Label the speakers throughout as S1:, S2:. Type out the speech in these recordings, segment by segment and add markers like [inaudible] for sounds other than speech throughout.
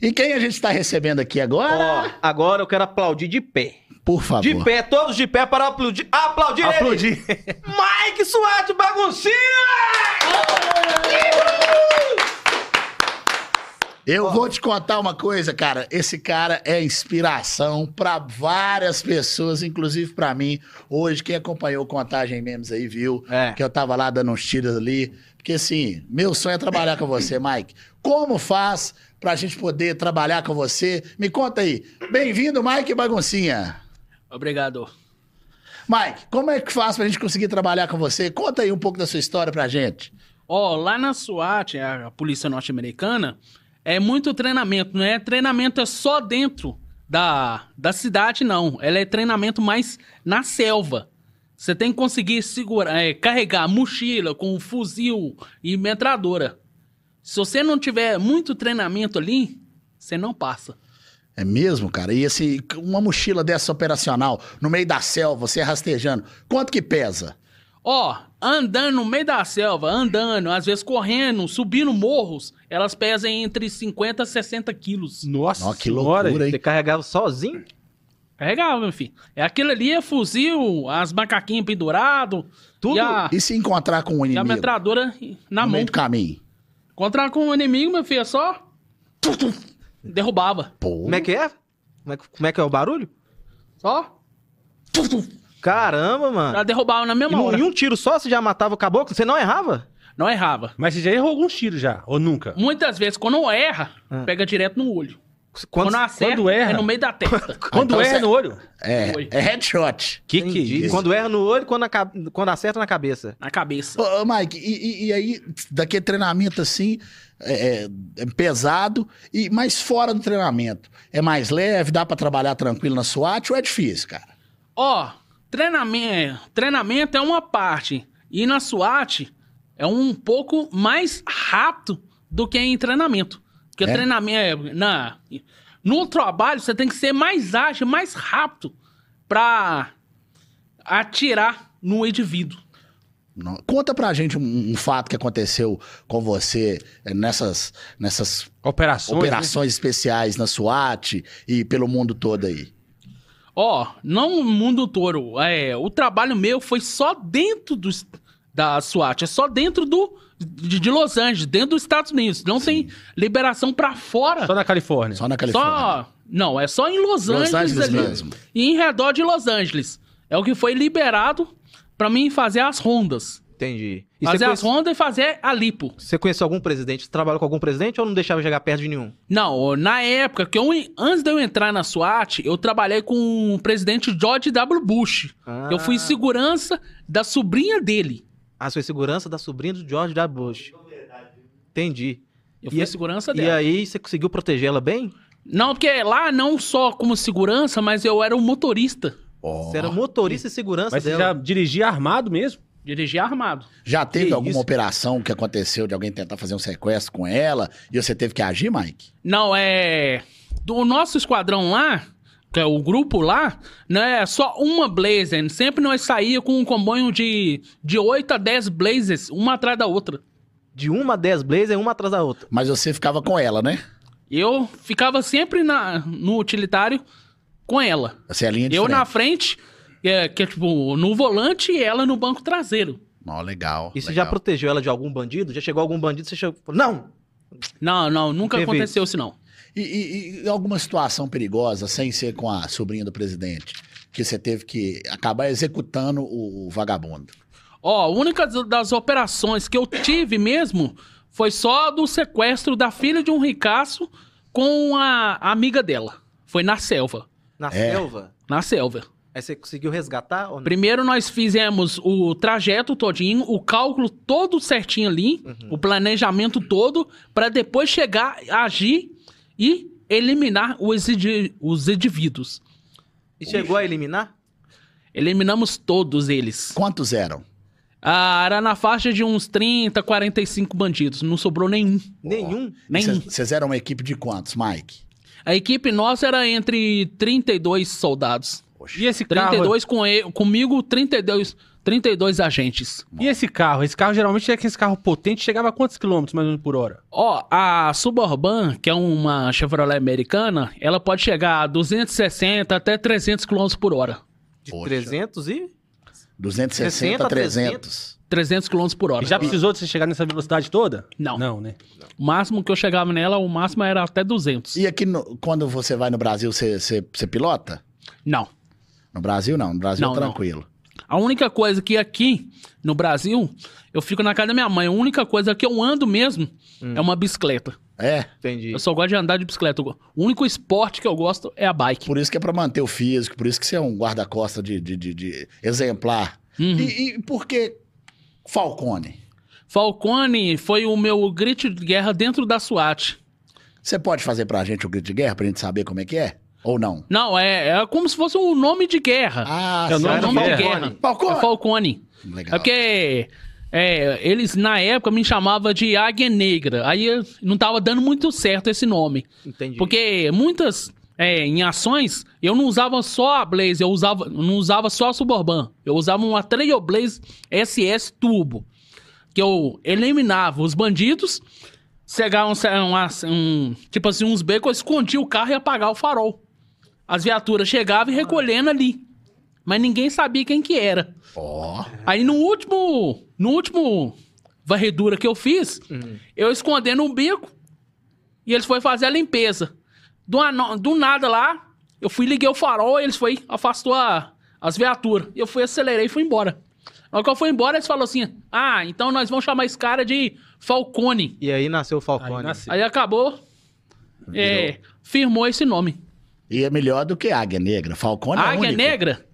S1: E quem a gente está recebendo aqui agora?
S2: Ó, agora eu quero aplaudir de pé.
S1: Por favor.
S2: De pé, todos de pé para aplaudir. Aplaudir! ele.
S3: Aplaudir.
S2: Mike Suárez Baguncinha!
S1: Eu vou te contar uma coisa, cara. Esse cara é inspiração para várias pessoas, inclusive para mim. Hoje, quem acompanhou o Contagem Memes aí viu
S2: É.
S1: que eu tava lá dando uns tiros ali. Porque, assim, meu sonho é trabalhar com você, Mike. Como faz pra gente poder trabalhar com você? Me conta aí. Bem-vindo, Mike Baguncinha.
S4: Obrigado.
S1: Mike, como é que faz pra gente conseguir trabalhar com você? Conta aí um pouco da sua história pra gente.
S4: Ó, lá na SWAT, a a polícia norte-americana, é muito treinamento, não é treinamento é só dentro da, da cidade, não. Ela é treinamento mais na selva. Você tem que conseguir segurar, é, carregar mochila com um fuzil e metralhadora. Se você não tiver muito treinamento ali, você não passa.
S1: É mesmo, cara? E esse, uma mochila dessa operacional, no meio da selva, você rastejando, quanto que pesa?
S4: Ó, andando no meio da selva, andando, às vezes correndo, subindo morros, elas pesam entre 50 e 60 quilos.
S3: Nossa,
S1: Ó, que
S3: senhora,
S1: loucura, hein?
S2: Você carregava sozinho?
S4: Legal, meu filho. É aquilo ali, é fuzil, as macaquinhas pendurado,
S2: Tudo?
S4: E a,
S1: E se encontrar com um
S4: e a
S1: inimigo
S4: metralhadora na
S1: no
S4: mão.
S1: meio do caminho?
S4: Encontrar com o inimigo, meu filho, é só. Derrubava.
S1: Pô,
S2: Como é que é? Como é que, como é, que é o barulho?
S4: Só.
S2: Caramba, mano.
S4: Já derrubava na
S2: Ah. E
S4: mesma
S2: num-
S4: hora.
S2: em um tiro só você já matava o caboclo? Você não errava?
S4: Não errava.
S3: Mas você já errou alguns tiros já, ou nunca?
S4: Muitas vezes, quando erra,
S2: Ah.
S4: pega direto no olho.
S2: Quando-
S4: Quando, acerta,
S3: quando erra?
S4: é no meio da testa.
S3: Quando
S1: então
S3: erra
S1: você-
S3: no olho?
S1: é,
S4: Oi.
S1: é headshot.
S3: Que que é
S2: Entendi.
S3: isso?
S2: Quando erra no olho, quando, aca- quando acerta na cabeça.
S4: na cabeça.
S1: Ô, ô, Mike, e, e- e aí, daquele treinamento assim, é, é- é pesado, e mas fora do treinamento, é mais leve, dá pra trabalhar tranquilo na SWAT ou é difícil, cara?
S4: Ó, treinamento, treinamento é uma parte. E na SWAT é um pouco mais rápido do que em treinamento. Porque
S1: É?
S4: treinamento é, na no trabalho você tem que ser mais ágil, mais rápido pra atirar no indivíduo.
S1: Não- Conta pra gente um, um fato que aconteceu com você é, nessas, nessas
S3: Operações. né?
S1: operações especiais na SWAT e pelo mundo todo aí.
S4: Ó, não o mundo touro. É, o trabalho meu foi só dentro do, es- da SWAT, é só dentro do de, de Los Angeles, dentro dos Estados Unidos. Não tem liberação pra fora.
S3: né? Só na Califórnia.
S1: Só na Califórnia.
S4: Só. Não, é só em Los,
S1: Los
S4: Angeles,
S1: Angeles
S4: ali,
S1: mesmo.
S4: E em redor de Los Angeles. É o que foi liberado pra mim fazer as rondas.
S2: Entendi. E você,
S4: Fazer as
S2: conhece,
S4: rondas e fazer a lipo.
S2: você conheceu alguum presidente? Você trabalhou com algum presidente ou não deixava chegar perto de nenhum?
S4: Não, na época que eu antes de eu entrar na SWAT, eu trabalhei com o presidente George W. Bush.
S2: Ah.
S4: Eu fui segurança da sobrinha dele.
S2: A sua segurança da sobrinha do George W. Bush. Entendi.
S4: Eu
S2: E
S4: fui
S2: a-
S4: segurança
S2: E
S4: dela.
S2: aí, você conseguiu protegê-la bem?
S4: Não, porque lá não só como segurança, mas eu era o motorista.
S1: Ó.
S2: Você era motorista e segurança
S3: Mas você já
S2: dela.
S3: dirigia armado mesmo?
S4: Dirigia armado.
S1: Já teve
S3: Que
S1: alguma
S3: isso?
S1: operação que aconteceu de alguém tentar fazer um sequestro com ela e você teve que agir, Mike?
S4: Não, é. Do nosso esquadrão lá, que é o grupo lá, não é só uma blazer. Sempre nós saía com um comboio de, de 8 a 10 blazers, uma atrás da outra.
S2: De uma a dez blazer, uma atrás da outra.
S1: Mas você ficava com ela, né?
S4: Eu ficava sempre na, no utilitário com ela.
S1: Você é a linha de
S4: Eu
S1: frente.
S4: na frente, é, que é tipo, no volante e ela no banco traseiro.
S1: Ó, legal.
S2: E você
S1: legal.
S2: já protegeu ela de algum bandido? Já chegou algum bandido? Você chegou. falou, Não!
S4: Não, não, nunca
S2: Teve
S4: aconteceu isso não.
S1: E, e- e alguma situação perigosa, sem ser com a sobrinha do presidente, que você teve que acabar executando o, o vagabundo?
S4: Ó, a única das- das operações que eu tive mesmo foi só do sequestro da filha de um ricaço com a amiga dela. Foi na selva.
S2: Na
S1: É.
S2: selva.
S4: Na selva.
S2: Aí você conseguiu resgatar ou não?
S4: Primeiro nós fizemos o trajeto todinho, o cálculo todo certinho ali, o planejamento todo, pra depois chegar, agir e eliminar os, indi- os indivíduos.
S2: E chegou a eliminar?
S4: Eliminamos todos eles.
S1: Quantos eram?
S4: Ah, era na faixa de uns 30, 45 bandidos, não sobrou nenhum.
S2: Nenhum.
S4: Nenhum.
S1: Vocês eram uma equipe de quantos, Mike?
S4: A equipe nossa era entre 32 soldados.
S3: E esse carro? é?
S4: 32 com e- comigo, 32, 32 agentes.
S3: E esse carro? Esse carro geralmente é aquele carro potente, chegava a quantos quilômetros mais ou menos por hora?
S4: Ó, a Suburban, que é uma Chevrolet americana, ela pode chegar a 260 até 300 km por hora.
S2: De
S1: Poxa.
S2: 300 e...
S1: 260
S2: 60,
S1: a 300.
S4: 300 km por hora.
S3: E já precisou de você chegar nessa velocidade toda?
S4: Não.
S3: Não, né?
S4: O máximo que eu chegava nela, o máximo era até 200.
S1: E aqui, no- quando você vai no Brasil, você, você, você pilota?
S4: Não.
S1: No Brasil, não. No Brasil, é
S4: Não, não.
S1: tranquilo.
S4: A única coisa que aqui no Brasil, eu fico na casa da minha mãe, a única coisa que eu ando mesmo
S2: Hum.
S4: é uma bicicleta.
S1: É,
S2: Entendi.
S4: Eu só gosto de andar de bicicleta. O único esporte que eu gosto é a bike.
S1: por isso que é pra manter o físico, por isso que você é um guarda-costas de, de- de- de exemplar.
S4: Uhum.
S1: E, e por que Falcone?
S4: Falcone foi o meu grito de guerra dentro da SWAT.
S1: Você pode fazer pra gente o grito de guerra, pra gente saber como é que é? Ou não?
S4: Não, é, é como se fosse um nome de guerra.
S1: Ah,
S3: É o
S4: é
S1: sério?
S4: o nome de
S3: nome de
S4: guerra.
S1: Falcone!
S4: É Falcone. É
S1: Legal.
S4: porque é, eles, na época, me chamavam de Águia Negra. Aí eu- não tava dando muito certo esse nome.
S2: Entendi.
S4: Porque muitas é, em ações, eu não usava só a Blaze, eu usava, não usava só a Suburban. Eu usava uma Trailblaze SS Turbo. Que eu eliminava os bandidos, cegava um, um- um- tipo assim, uns becos, eu escondia o carro e apagava o farol. As viaturas chegavam e recolhendo ali. Mas ninguém sabia quem que era.
S1: Ó,
S4: Aí no último. No último varredura que eu fiz,
S2: Uhum.
S4: eu escondendo um bico e eles foram fazer a limpeza. Do, ano- do nada lá, eu fui liguei o farol, eles foi afastou a- as viaturas. Eu fui, acelerei e fui embora. Na hora que eu fui embora, eles falaram assim: Ah, então nós vamos chamar esse cara de Falcone.
S2: E aí nasceu o Falcone. né?
S3: Aí nasceu.
S4: Aí acabou, é, firmou esse nome.
S1: e é melhor do que Águia Negra. Falcone é
S4: Águia
S1: único.
S4: Negra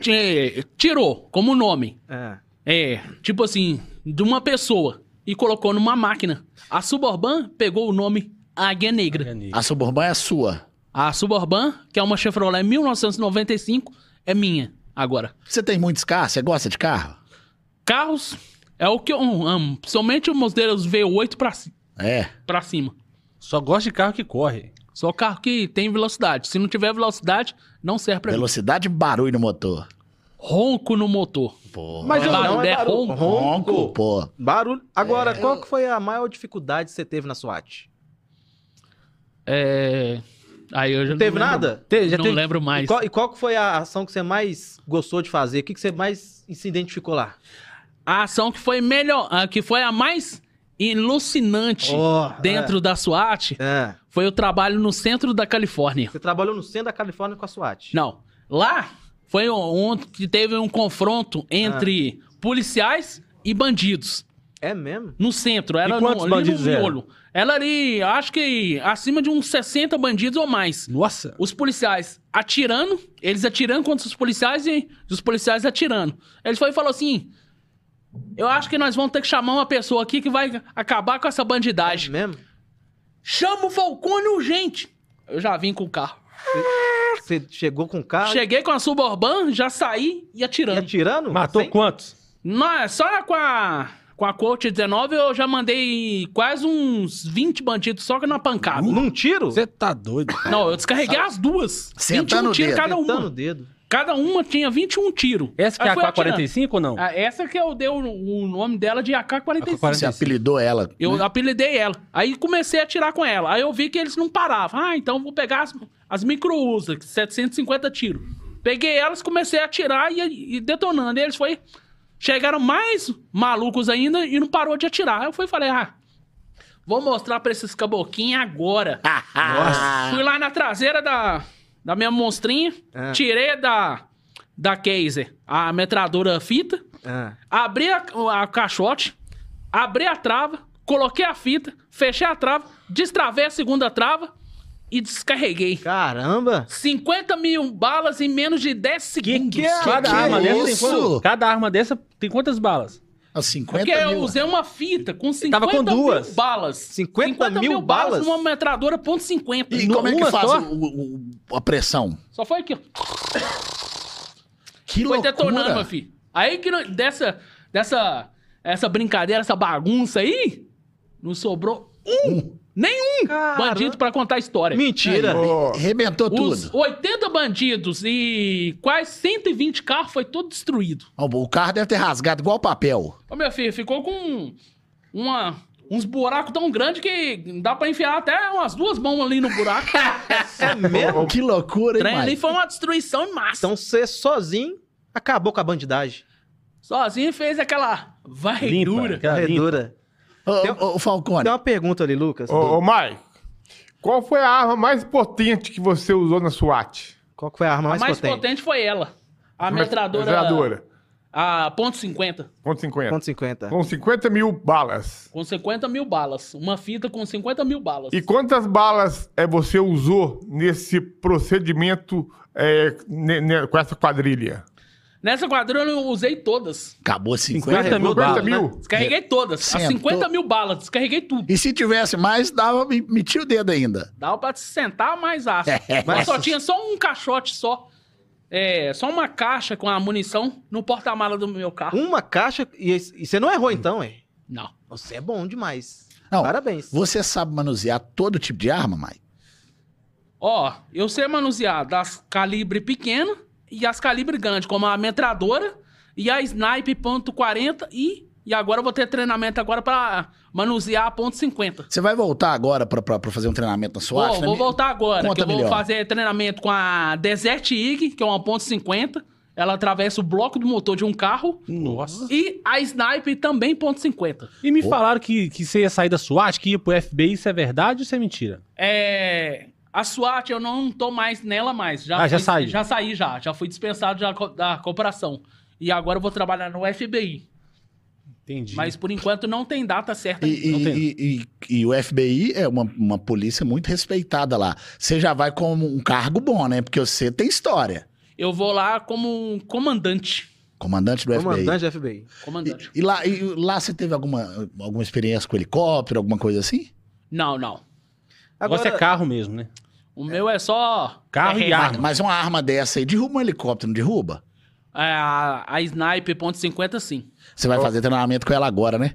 S4: ti- tirou como nome.
S2: É.
S4: É, tipo assim, de uma pessoa e colocou numa máquina. A Suburban pegou o nome Águia Negra.
S3: Enganei.
S1: A Suburban é a sua.
S4: A Suburban, que é uma Chevrolet 1995, é minha agora.
S1: Você tem muitos carros? Você gosta de carro?
S4: Carros é o que eu amo, somente os modelos V8 pra, ci-
S1: É.
S4: pra cima.
S3: Ah, Só gosta de carro que corre.
S4: Só carro que tem velocidade. Se não tiver velocidade, não serve pra mim.
S1: Velocidade e barulho no motor.
S4: Ronco no motor.
S1: Pô.
S3: Mas eu-
S4: Barulho, é ronco.
S1: Ronco, pô.
S2: Barulho. Agora, qual que foi a maior dificuldade que você teve na SWAT?
S4: É. Aí eu já
S2: Não teve
S4: lembro.
S2: nada? Te- já
S4: não
S2: teve-
S4: lembro mais.
S2: E qual, e qual que foi a ação que você mais gostou de fazer? O que, que você mais se identificou lá?
S4: A ação que foi melhor, a que foi a mais ilucinante
S2: Ó,
S4: dentro da SWAT
S2: é. É.
S4: foi o trabalho no centro da Califórnia.
S2: Você trabalhou no centro da Califórnia com a SWAT.
S4: Não, lá foi onde que teve um confronto entre policiais e bandidos
S2: É mesmo?
S4: no centro. Era
S3: E quantos
S4: no, ali
S3: bandidos
S4: no
S3: eram?
S4: miolo. Ela ali, acho que acima de uns 60 bandidos ou mais.
S3: Nossa.
S4: Os policiais atirando, eles atirando contra os policiais e os policiais atirando. Eles foi e falou assim: Eu acho que nós vamos ter que chamar uma pessoa aqui que vai acabar com essa
S2: É
S4: bandidagem.
S2: mesmo?
S4: Chama o Falcone urgente! Eu já vim com o carro.
S2: Você chegou com o
S3: Ah.
S2: carro
S4: Cheguei com a Suburban, já saí e
S2: e
S4: atirando.
S2: atirando?
S3: Matou
S2: Sem-
S3: quantos?
S4: Não, é só com a, com a Colt 19 eu já mandei quase uns 20 bandidos só que na pancada.
S2: Num tiro?
S3: Você tá doido?
S4: Não, eu descarreguei as duas.
S1: Sentando
S4: 21
S1: o
S4: tiros
S3: tá
S1: dedo.
S4: cada
S2: Apertando o
S4: uma.
S2: dedo.
S4: Cada uma tinha 21 tiros.
S3: Essa que
S4: Aí
S3: é a
S4: foi atirando.
S3: K45 ou não?
S4: Ah, essa que eu dei o, o nome dela de AK-47.
S3: AK-47.
S1: Você apelidou ela.
S4: Eu apelidei ela. Aí comecei a atirar com ela. Aí eu vi que eles não paravam. Ah, então eu vou pegar as, as micro-USA, que é 750 tiros. Peguei elas, comecei a atirar e, e detonando. E eles foi. Chegaram mais malucos ainda e não parou de atirar. Aí eu fui e falei, ah, vou mostrar pra esses caboquinhos agora. Fui lá na traseira da, da minha monstrinha,
S2: Ah.
S4: tirei da, da Kaiser a metralhadora fita,
S2: Ah.
S4: abri a, a caixote, abri a trava, coloquei a fita, fechei a trava, destravei a segunda trava e descarreguei.
S2: Caramba!
S4: 50 mil balas em menos de 10 segundos.
S3: Cada
S1: que
S3: arma
S1: é
S3: dessa
S1: isso?
S3: tem quantas? Cada arma dessa tem quantas balas?
S1: Aos 50
S4: Porque
S1: Ah, mil.
S4: eu usei uma fita com 50
S3: Tava com duas.
S4: mil balas.
S2: 50 mil balas?
S4: numa metralhadora ponto .50.
S1: E
S4: No-
S1: como é que
S3: uma
S1: faz
S3: só?
S1: o- o- o- a pressão?
S4: Só foi aqui, ó.
S1: Que
S4: Foi
S1: loucura.
S4: detonando, meu filho. Aí que no- dessa, dessa essa brincadeira, essa bagunça aí, não sobrou um Nenhum
S3: Cara-
S4: bandido pra contar a história.
S2: Mentira.
S5: Ô,
S1: Rebentou
S4: Os
S1: tudo.
S4: 80 bandidos e quase 120 carros foi todo destruído.
S1: Ó, O carro deve ter rasgado igual papel.
S4: Ô, meu filho, ficou com uma, uns buracos tão grandes que dá pra enfiar até umas duas mãos ali no buraco.
S2: É mesmo?
S1: Que loucura,
S4: o
S1: hein,
S4: trem ali
S1: Mike?
S4: foi uma destruição em massa.
S2: Então você sozinho acabou com a bandidagem.
S4: Sozinho fez aquela varredura.
S3: Cara,
S2: Redura.
S1: Ô, ô, ô, Falcone,
S2: Tem uma pergunta ali, Lucas.
S5: ô, ô, Mike, qual foi a arma mais potente que você usou na SWAT? é
S2: Qual que foi a arma
S4: A
S2: mais,
S4: mais
S2: potente?
S4: potente foi ela. A metralhadora.
S5: Metralhadora.
S4: A ponto .50.
S5: Ponto 50.
S2: Ponto 50.
S5: Com 50 mil balas.
S4: Com 50 mil balas. Uma fita com 50 mil balas.
S5: E quantas balas é, você usou nesse procedimento é, ne- ne- com essa quadrilha?
S4: Nessa quadrilha eu usei todas.
S1: acabou 50.
S3: 50 mil balas, né?
S4: Descarreguei todas.
S1: Sentou.
S4: As 50 mil balas. Descarreguei tudo.
S1: E se tivesse mais, dava, me- metia o dedo ainda.
S4: Dava pra se sentar
S1: [laughs]
S4: mais aço.
S1: É.
S4: Mas só tinha só um caixote só. É, só uma caixa com a munição no porta-mala do meu carro.
S2: Uma caixa. E, e você não errou, então, hein?
S4: Não.
S2: Você é bom demais.
S1: Não,
S2: Parabéns.
S1: Você sabe manusear todo tipo de arma, Mike?
S4: Ó, eu sei manusear das calibre pequeno e as calibre grande, como a metralhadora e a snipe ponto .40 e e agora eu vou ter treinamento agora pra manusear a ponto .50.
S1: Você vai voltar agora pra, pra, pra fazer um treinamento na
S4: Vou,
S1: SWAT? né?
S4: vou voltar agora,
S1: Conta
S4: que eu vou
S1: melhor.
S4: fazer treinamento com a Desert Eagle, que é uma ponto .50. Ela atravessa o bloco do motor de um carro.
S3: Nossa.
S4: E a snipe também ponto .50.
S3: E me
S1: Pô.
S3: falaram que, que você ia sair da SWAT, que ia pro FBI, isso é verdade ou isso é mentira?
S4: É. A SWAT, eu não tô mais nela mais. Já
S3: Ah, já
S4: fui-
S3: saiu.
S4: Já saí, já. Já fui dispensado já co- da corporação. E agora eu vou trabalhar no FBI.
S3: Entendi.
S4: Mas por enquanto não tem data certa.
S1: E,
S4: ainda.
S1: e-
S3: Não tem.
S1: e- e- e o FBI é uma, uma polícia muito respeitada lá. Você já vai com um cargo bom, né? Porque você tem história.
S4: Eu vou lá como um comandante.
S1: Comandante do FBI.
S2: Comandante do FBI.
S4: Comandante.
S1: E, e lá, e lá você teve alguma, alguma experiência com helicóptero, alguma coisa assim?
S4: Não, não.
S3: Agora... Você é carro mesmo, né?
S4: O meu é só.
S3: Carro e
S4: é,
S3: arma.
S1: Mas uma arma dessa aí derruba um helicóptero, não derruba?
S4: é A, a Snipe .50, sim.
S1: Você vai fazer treinamento com ela agora, né?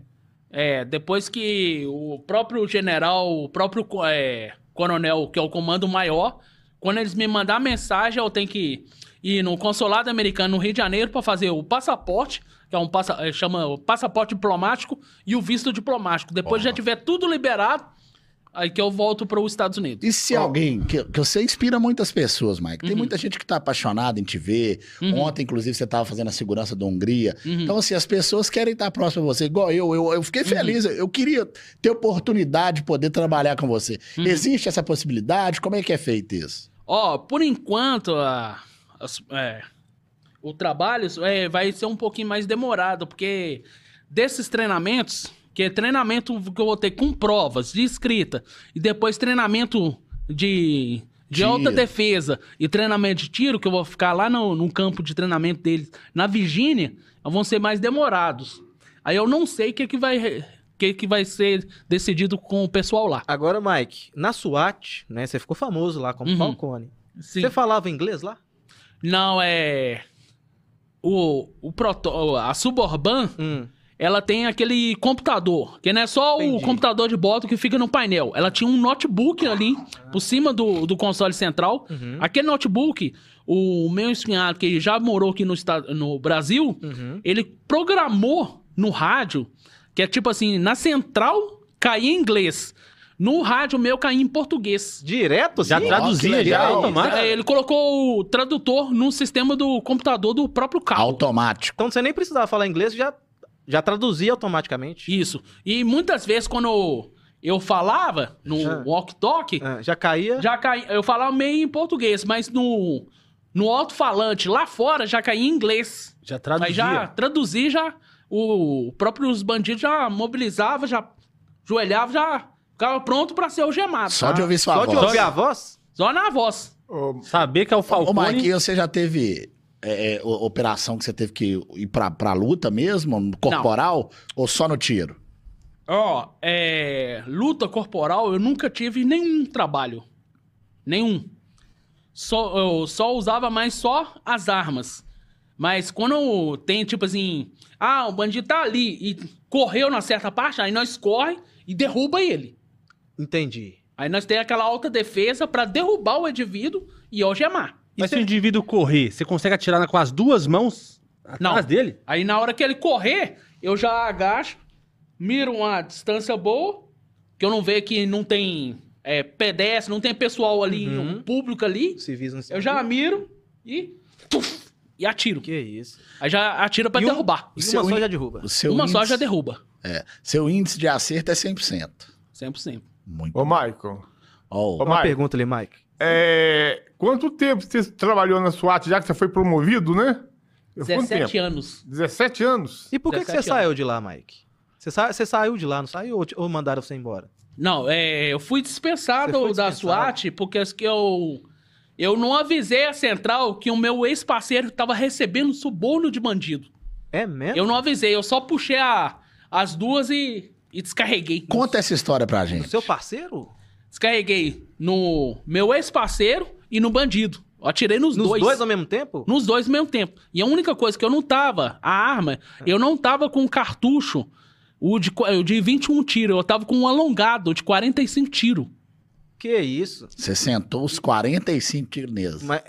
S4: É, depois que o próprio general, o próprio co- é, coronel, que é o comando maior, quando eles me mandar mensagem, eu tenho que ir no consulado americano no Rio de Janeiro para fazer o passaporte, que é um passa, é, chama o passaporte diplomático e o visto diplomático. Depois
S1: Porra.
S4: já tiver tudo liberado, aí que eu volto para os Estados Unidos.
S1: E se alguém, que, que você inspira muitas pessoas, Mike. Tem
S4: Uhum.
S1: muita gente que tá apaixonada em te ver.
S4: Uhum.
S1: Ontem, inclusive, você tava fazendo a segurança da Hungria.
S4: Uhum.
S1: Então, assim, as pessoas querem estar próximas de você, igual eu. Eu, eu fiquei feliz. Eu queria ter oportunidade de poder trabalhar com você.
S4: Uhum.
S1: Existe essa possibilidade? Como é que é feito isso?
S4: Ó, por enquanto, a- as- é, o trabalho é, vai ser um pouquinho mais demorado, porque desses treinamentos, que é treinamento que eu vou ter com provas de escrita, e depois treinamento de, de
S1: Tiro.
S4: alta defesa e treinamento de tiro, que eu vou ficar lá no, no campo de treinamento deles, na Virgínia, vão ser mais demorados. Aí eu não sei o que, que vai. re- o Que, que vai ser decidido com o pessoal lá.
S2: Agora, Mike, na SWAT, né? Você ficou famoso lá como
S4: Uhum.
S2: Falcone.
S4: Sim.
S2: Você falava inglês lá?
S4: Não, é. O, o proto... A Suburban,
S2: Hum.
S4: ela tem aquele computador. Que não é só
S2: Entendi.
S4: o computador de bordo que fica no painel. Ela tinha um notebook ali, por cima do, do console central.
S2: Uhum.
S4: Aquele notebook, o meu espinhado, que já morou aqui no, estado, no Brasil,
S2: Uhum.
S4: ele programou no rádio, que é tipo assim, na central caía em inglês. No rádio meu caía em português.
S2: Direto,
S3: Já
S2: assim?
S3: traduzia,
S1: que
S3: já é
S1: legal.
S3: automático.
S4: É, ele colocou o tradutor no sistema do computador do próprio carro.
S1: Automático.
S2: Então você nem precisava falar inglês, já, já traduzia automaticamente.
S4: Isso. E muitas vezes quando eu falava no
S2: Já.
S4: walk-talk,
S2: Ah, já caía.
S4: já caí, eu falava meio em português, mas no no alto-falante lá fora já caía em inglês.
S3: Já
S4: Aí já traduzi já o próprio os bandidos já mobilizava, já joelhava, já ficava pronto pra ser algemado. tá?
S1: Só de ouvir sua
S2: Só
S1: voz.
S2: de ouvir a voz?
S4: Só na voz.
S5: Ô,
S3: Saber que é o
S1: Ô,
S3: Falcone...
S1: Mike, e você já teve é, é, o- operação que você teve que ir pra, pra luta mesmo? Corporal? Ou só no tiro?
S4: Ó, é. Luta corporal, eu nunca tive nenhum trabalho. Nenhum. Só, eu só usava mais só as armas. Mas quando tem, tipo assim, ah, o bandido tá ali e correu na certa parte, aí nós corre e derruba ele.
S3: Entendi.
S4: Aí nós tem aquela alta defesa pra derrubar o indivíduo e é algemar.
S3: Mas se o indivíduo correr, você consegue atirar na- com as duas mãos
S4: Não.
S3: atrás dele?
S4: Aí na hora que ele correr, eu já agacho, miro uma distância boa, que eu não vejo que não tem é, pedestre, não tem pessoal ali,
S3: Uhum.
S4: um público ali.
S2: Civis não
S4: Eu já miro e. tuf, e atiro.
S2: Que isso.
S4: Aí já atira pra
S1: E um-
S4: derrubar.
S2: E
S1: Seu
S2: uma só
S1: in-
S2: já derruba.
S1: O seu
S4: Uma só
S1: índice-
S4: já derruba.
S1: Seu índice de acerto é 100%.
S4: 100%.
S1: Muito.
S5: Ô, Maicon,
S1: Ó,
S5: Ô,
S2: Uma
S5: Mike.
S2: pergunta ali, Mike.
S5: é, quanto tempo você trabalhou na SWAT, já que você foi promovido, né?
S1: um
S5: Quanto
S4: 17 anos.
S5: 17 anos?
S2: E por que, que você
S4: 17
S2: saiu de lá, Mike? Você, sa- você saiu de lá, não saiu? Ou, te- ou mandaram você embora?
S4: Não, é, eu fui dispensado,
S2: Você foi
S4: da
S2: dispensado?
S4: SWAT porque as que eu. Eu não avisei a central que o meu ex-parceiro tava recebendo suborno de bandido.
S2: É mesmo?
S4: Eu não avisei, eu só puxei a- as duas e, e descarreguei.
S1: Conta essa história pra
S2: Do
S1: gente.
S2: seu parceiro?
S4: Descarreguei no meu ex-parceiro e no bandido. Eu atirei nos,
S2: Nos dois.
S4: dois.
S2: ao mesmo tempo?
S4: Nos dois ao mesmo tempo. E a única coisa que eu não tava, a arma, eu não tava com um cartucho, o de, qua- o de 21 tiros, eu tava com um alongado de 45 tiros.
S2: Que isso?
S1: Você sentou os 45 tiros neles.
S2: Mas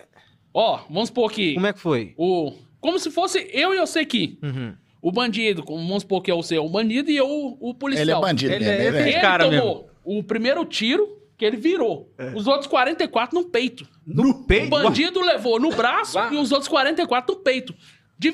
S4: Ó, vamos supor que
S2: como é que foi?
S4: o... Como se fosse eu e você aqui.
S2: Uhum.
S4: O bandido, como- vamos supor que eu sei, o bandido e eu o policial.
S1: Ele é bandido
S3: Ele
S1: mesmo,
S3: é-
S1: né, velho?
S3: ele-
S4: Ele
S3: cara
S4: tomou o primeiro tiro que ele virou.
S2: É.
S4: Os outros 44 no peito.
S2: No,
S4: O
S2: peito?
S4: bandido levou no braço e os outros 44 no peito. De,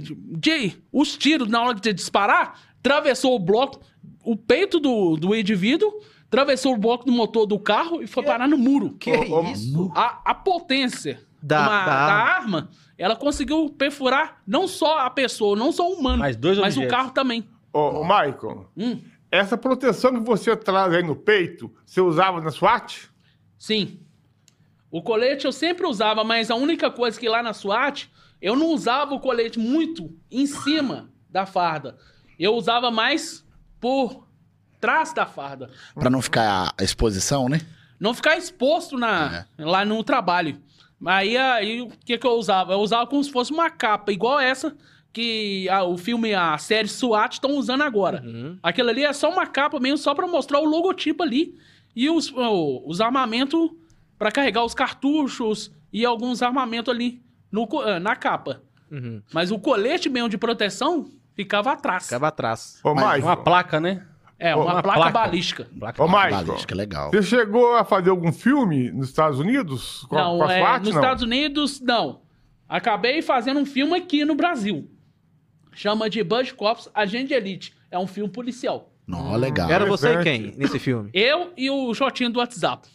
S4: de- os tiros, na hora de disparar, atravessou o bloco, o peito do, do indivíduo, atravessou o bloco do motor do carro e foi parar no muro.
S2: Que
S5: Ô, ô,
S2: isso?
S4: A, a potência
S2: Da-
S4: uma-
S2: da
S4: da
S2: arma.
S4: arma, ela conseguiu perfurar não só a pessoa, não só o humano,
S3: Mas dois
S4: mas o
S3: objetos.
S4: carro também.
S5: Ô, ô, Maicon,
S4: Hum,
S5: essa proteção que você traz aí no peito, você usava na SWAT?
S4: Sim. O colete eu sempre usava, mas a única coisa que lá na SWAT, eu não usava o colete muito em cima da farda. Eu usava mais por trás da farda.
S1: Pra não ficar a exposição, né?
S4: Não ficar exposto na, lá no trabalho. Aí, aí o que, que eu usava? Eu usava como se fosse uma capa, igual essa que a- o filme, a série SWAT estão usando agora.
S2: Uhum.
S4: Aquilo ali é só uma capa mesmo, só pra mostrar o logotipo ali. E os, o- os armamentos pra carregar os cartuchos e alguns armamentos ali no co- ah, na capa.
S2: Uhum.
S4: Mas o colete mesmo de proteção ficava atrás.
S2: Acaba atrás.
S5: Ô,
S1: Mas
S5: Maicon,
S3: Uma placa, né?
S4: É, uma,
S3: Uma
S4: placa,
S3: placa.
S4: balística.
S3: Placa.
S5: ô, Maicon,
S1: Balística, é legal.
S5: você chegou a fazer algum filme nos Estados Unidos com, a-
S4: não,
S5: com a
S4: é,
S5: SWAT?
S4: nos
S5: não?
S4: Estados Unidos, não. Acabei fazendo um filme aqui no Brasil. Chama de Bud Cops, Agente de Elite. É um filme policial.
S1: Não,
S3: Tá.
S1: legal.
S2: Era você e
S5: Levante.
S2: quem nesse filme?
S4: Eu e o Jotinho do WhatsApp.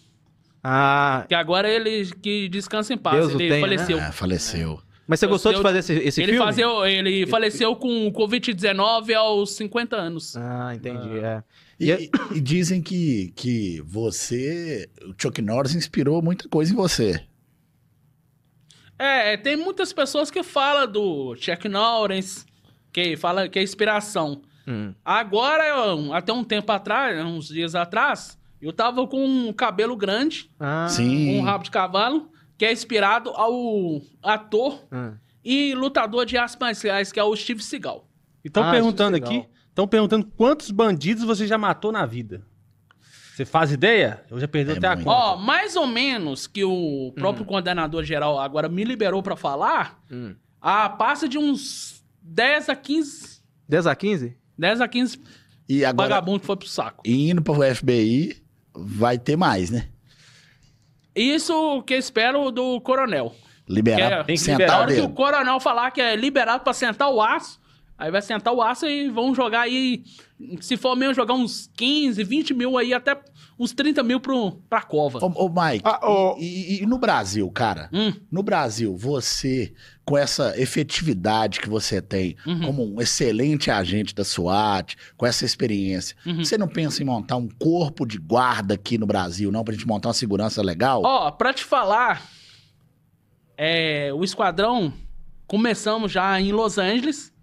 S2: Ah,
S4: Que agora ele que descansa em paz.
S2: Deus o
S4: ele
S2: tenha, né?
S4: faleceu.
S1: É, faleceu.
S2: mas você
S4: Eu-
S2: gostou de
S4: eu-
S2: fazer esse, esse
S4: ele
S2: filme?
S4: faleceu, ele faleceu com Covid-19 aos 50 anos.
S2: Ah, entendi. é.
S1: E, e- e dizem que, que você, o Chuck Norris, inspirou muita coisa em você.
S4: É, tem muitas pessoas que falam do Chuck Norris, que fala que é inspiração.
S2: Hum.
S4: Agora, eu- até um tempo atrás, uns dias atrás, eu tava com um cabelo grande,
S2: Ah,
S1: Sim.
S4: um rabo de cavalo, que é inspirado ao ator
S2: ah.
S4: e lutador de artes marciais, que é o Steve Seagal.
S3: E estão
S2: Ah,
S3: Então, perguntando
S2: isso é legal.
S3: aqui, estão perguntando quantos bandidos você já matou na vida. Você faz ideia? Eu já perdi
S1: É
S3: até
S1: muito.
S3: a
S4: Ó,
S3: conta.
S4: mais ou menos que o próprio condenador geral agora me liberou pra falar,
S2: Hum.
S4: Ah, passa de uns 10 a 15.
S2: 10 a 15?
S4: 10 a 15
S1: E agora,
S4: vagabundo que foi pro saco.
S1: e indo pro FBI, vai ter mais, né?
S4: Isso que eu espero do coronel.
S1: Liberar,
S4: Quer-
S3: tem que
S4: Na
S1: sentar
S3: liberar.
S1: o
S4: hora que o
S1: dedo.
S4: coronel falar que é liberado pra sentar o aço, aí vai sentar o aço e vão jogar aí. Se for mesmo jogar uns 15, 20 mil aí, até uns 30 mil pro, pra cova.
S1: Ô, ô, Mike,
S5: Ah, ô.
S1: E, e- e no Brasil, cara?
S4: Hum.
S1: No Brasil, você, com essa efetividade que você tem,
S4: Uhum.
S1: como um excelente agente da SWAT, com essa experiência,
S4: Uhum.
S1: você não pensa em montar um corpo de guarda aqui no Brasil, não? Pra gente montar uma segurança legal?
S4: Ó, pra te falar, é, o esquadrão começamos já em Los Angeles,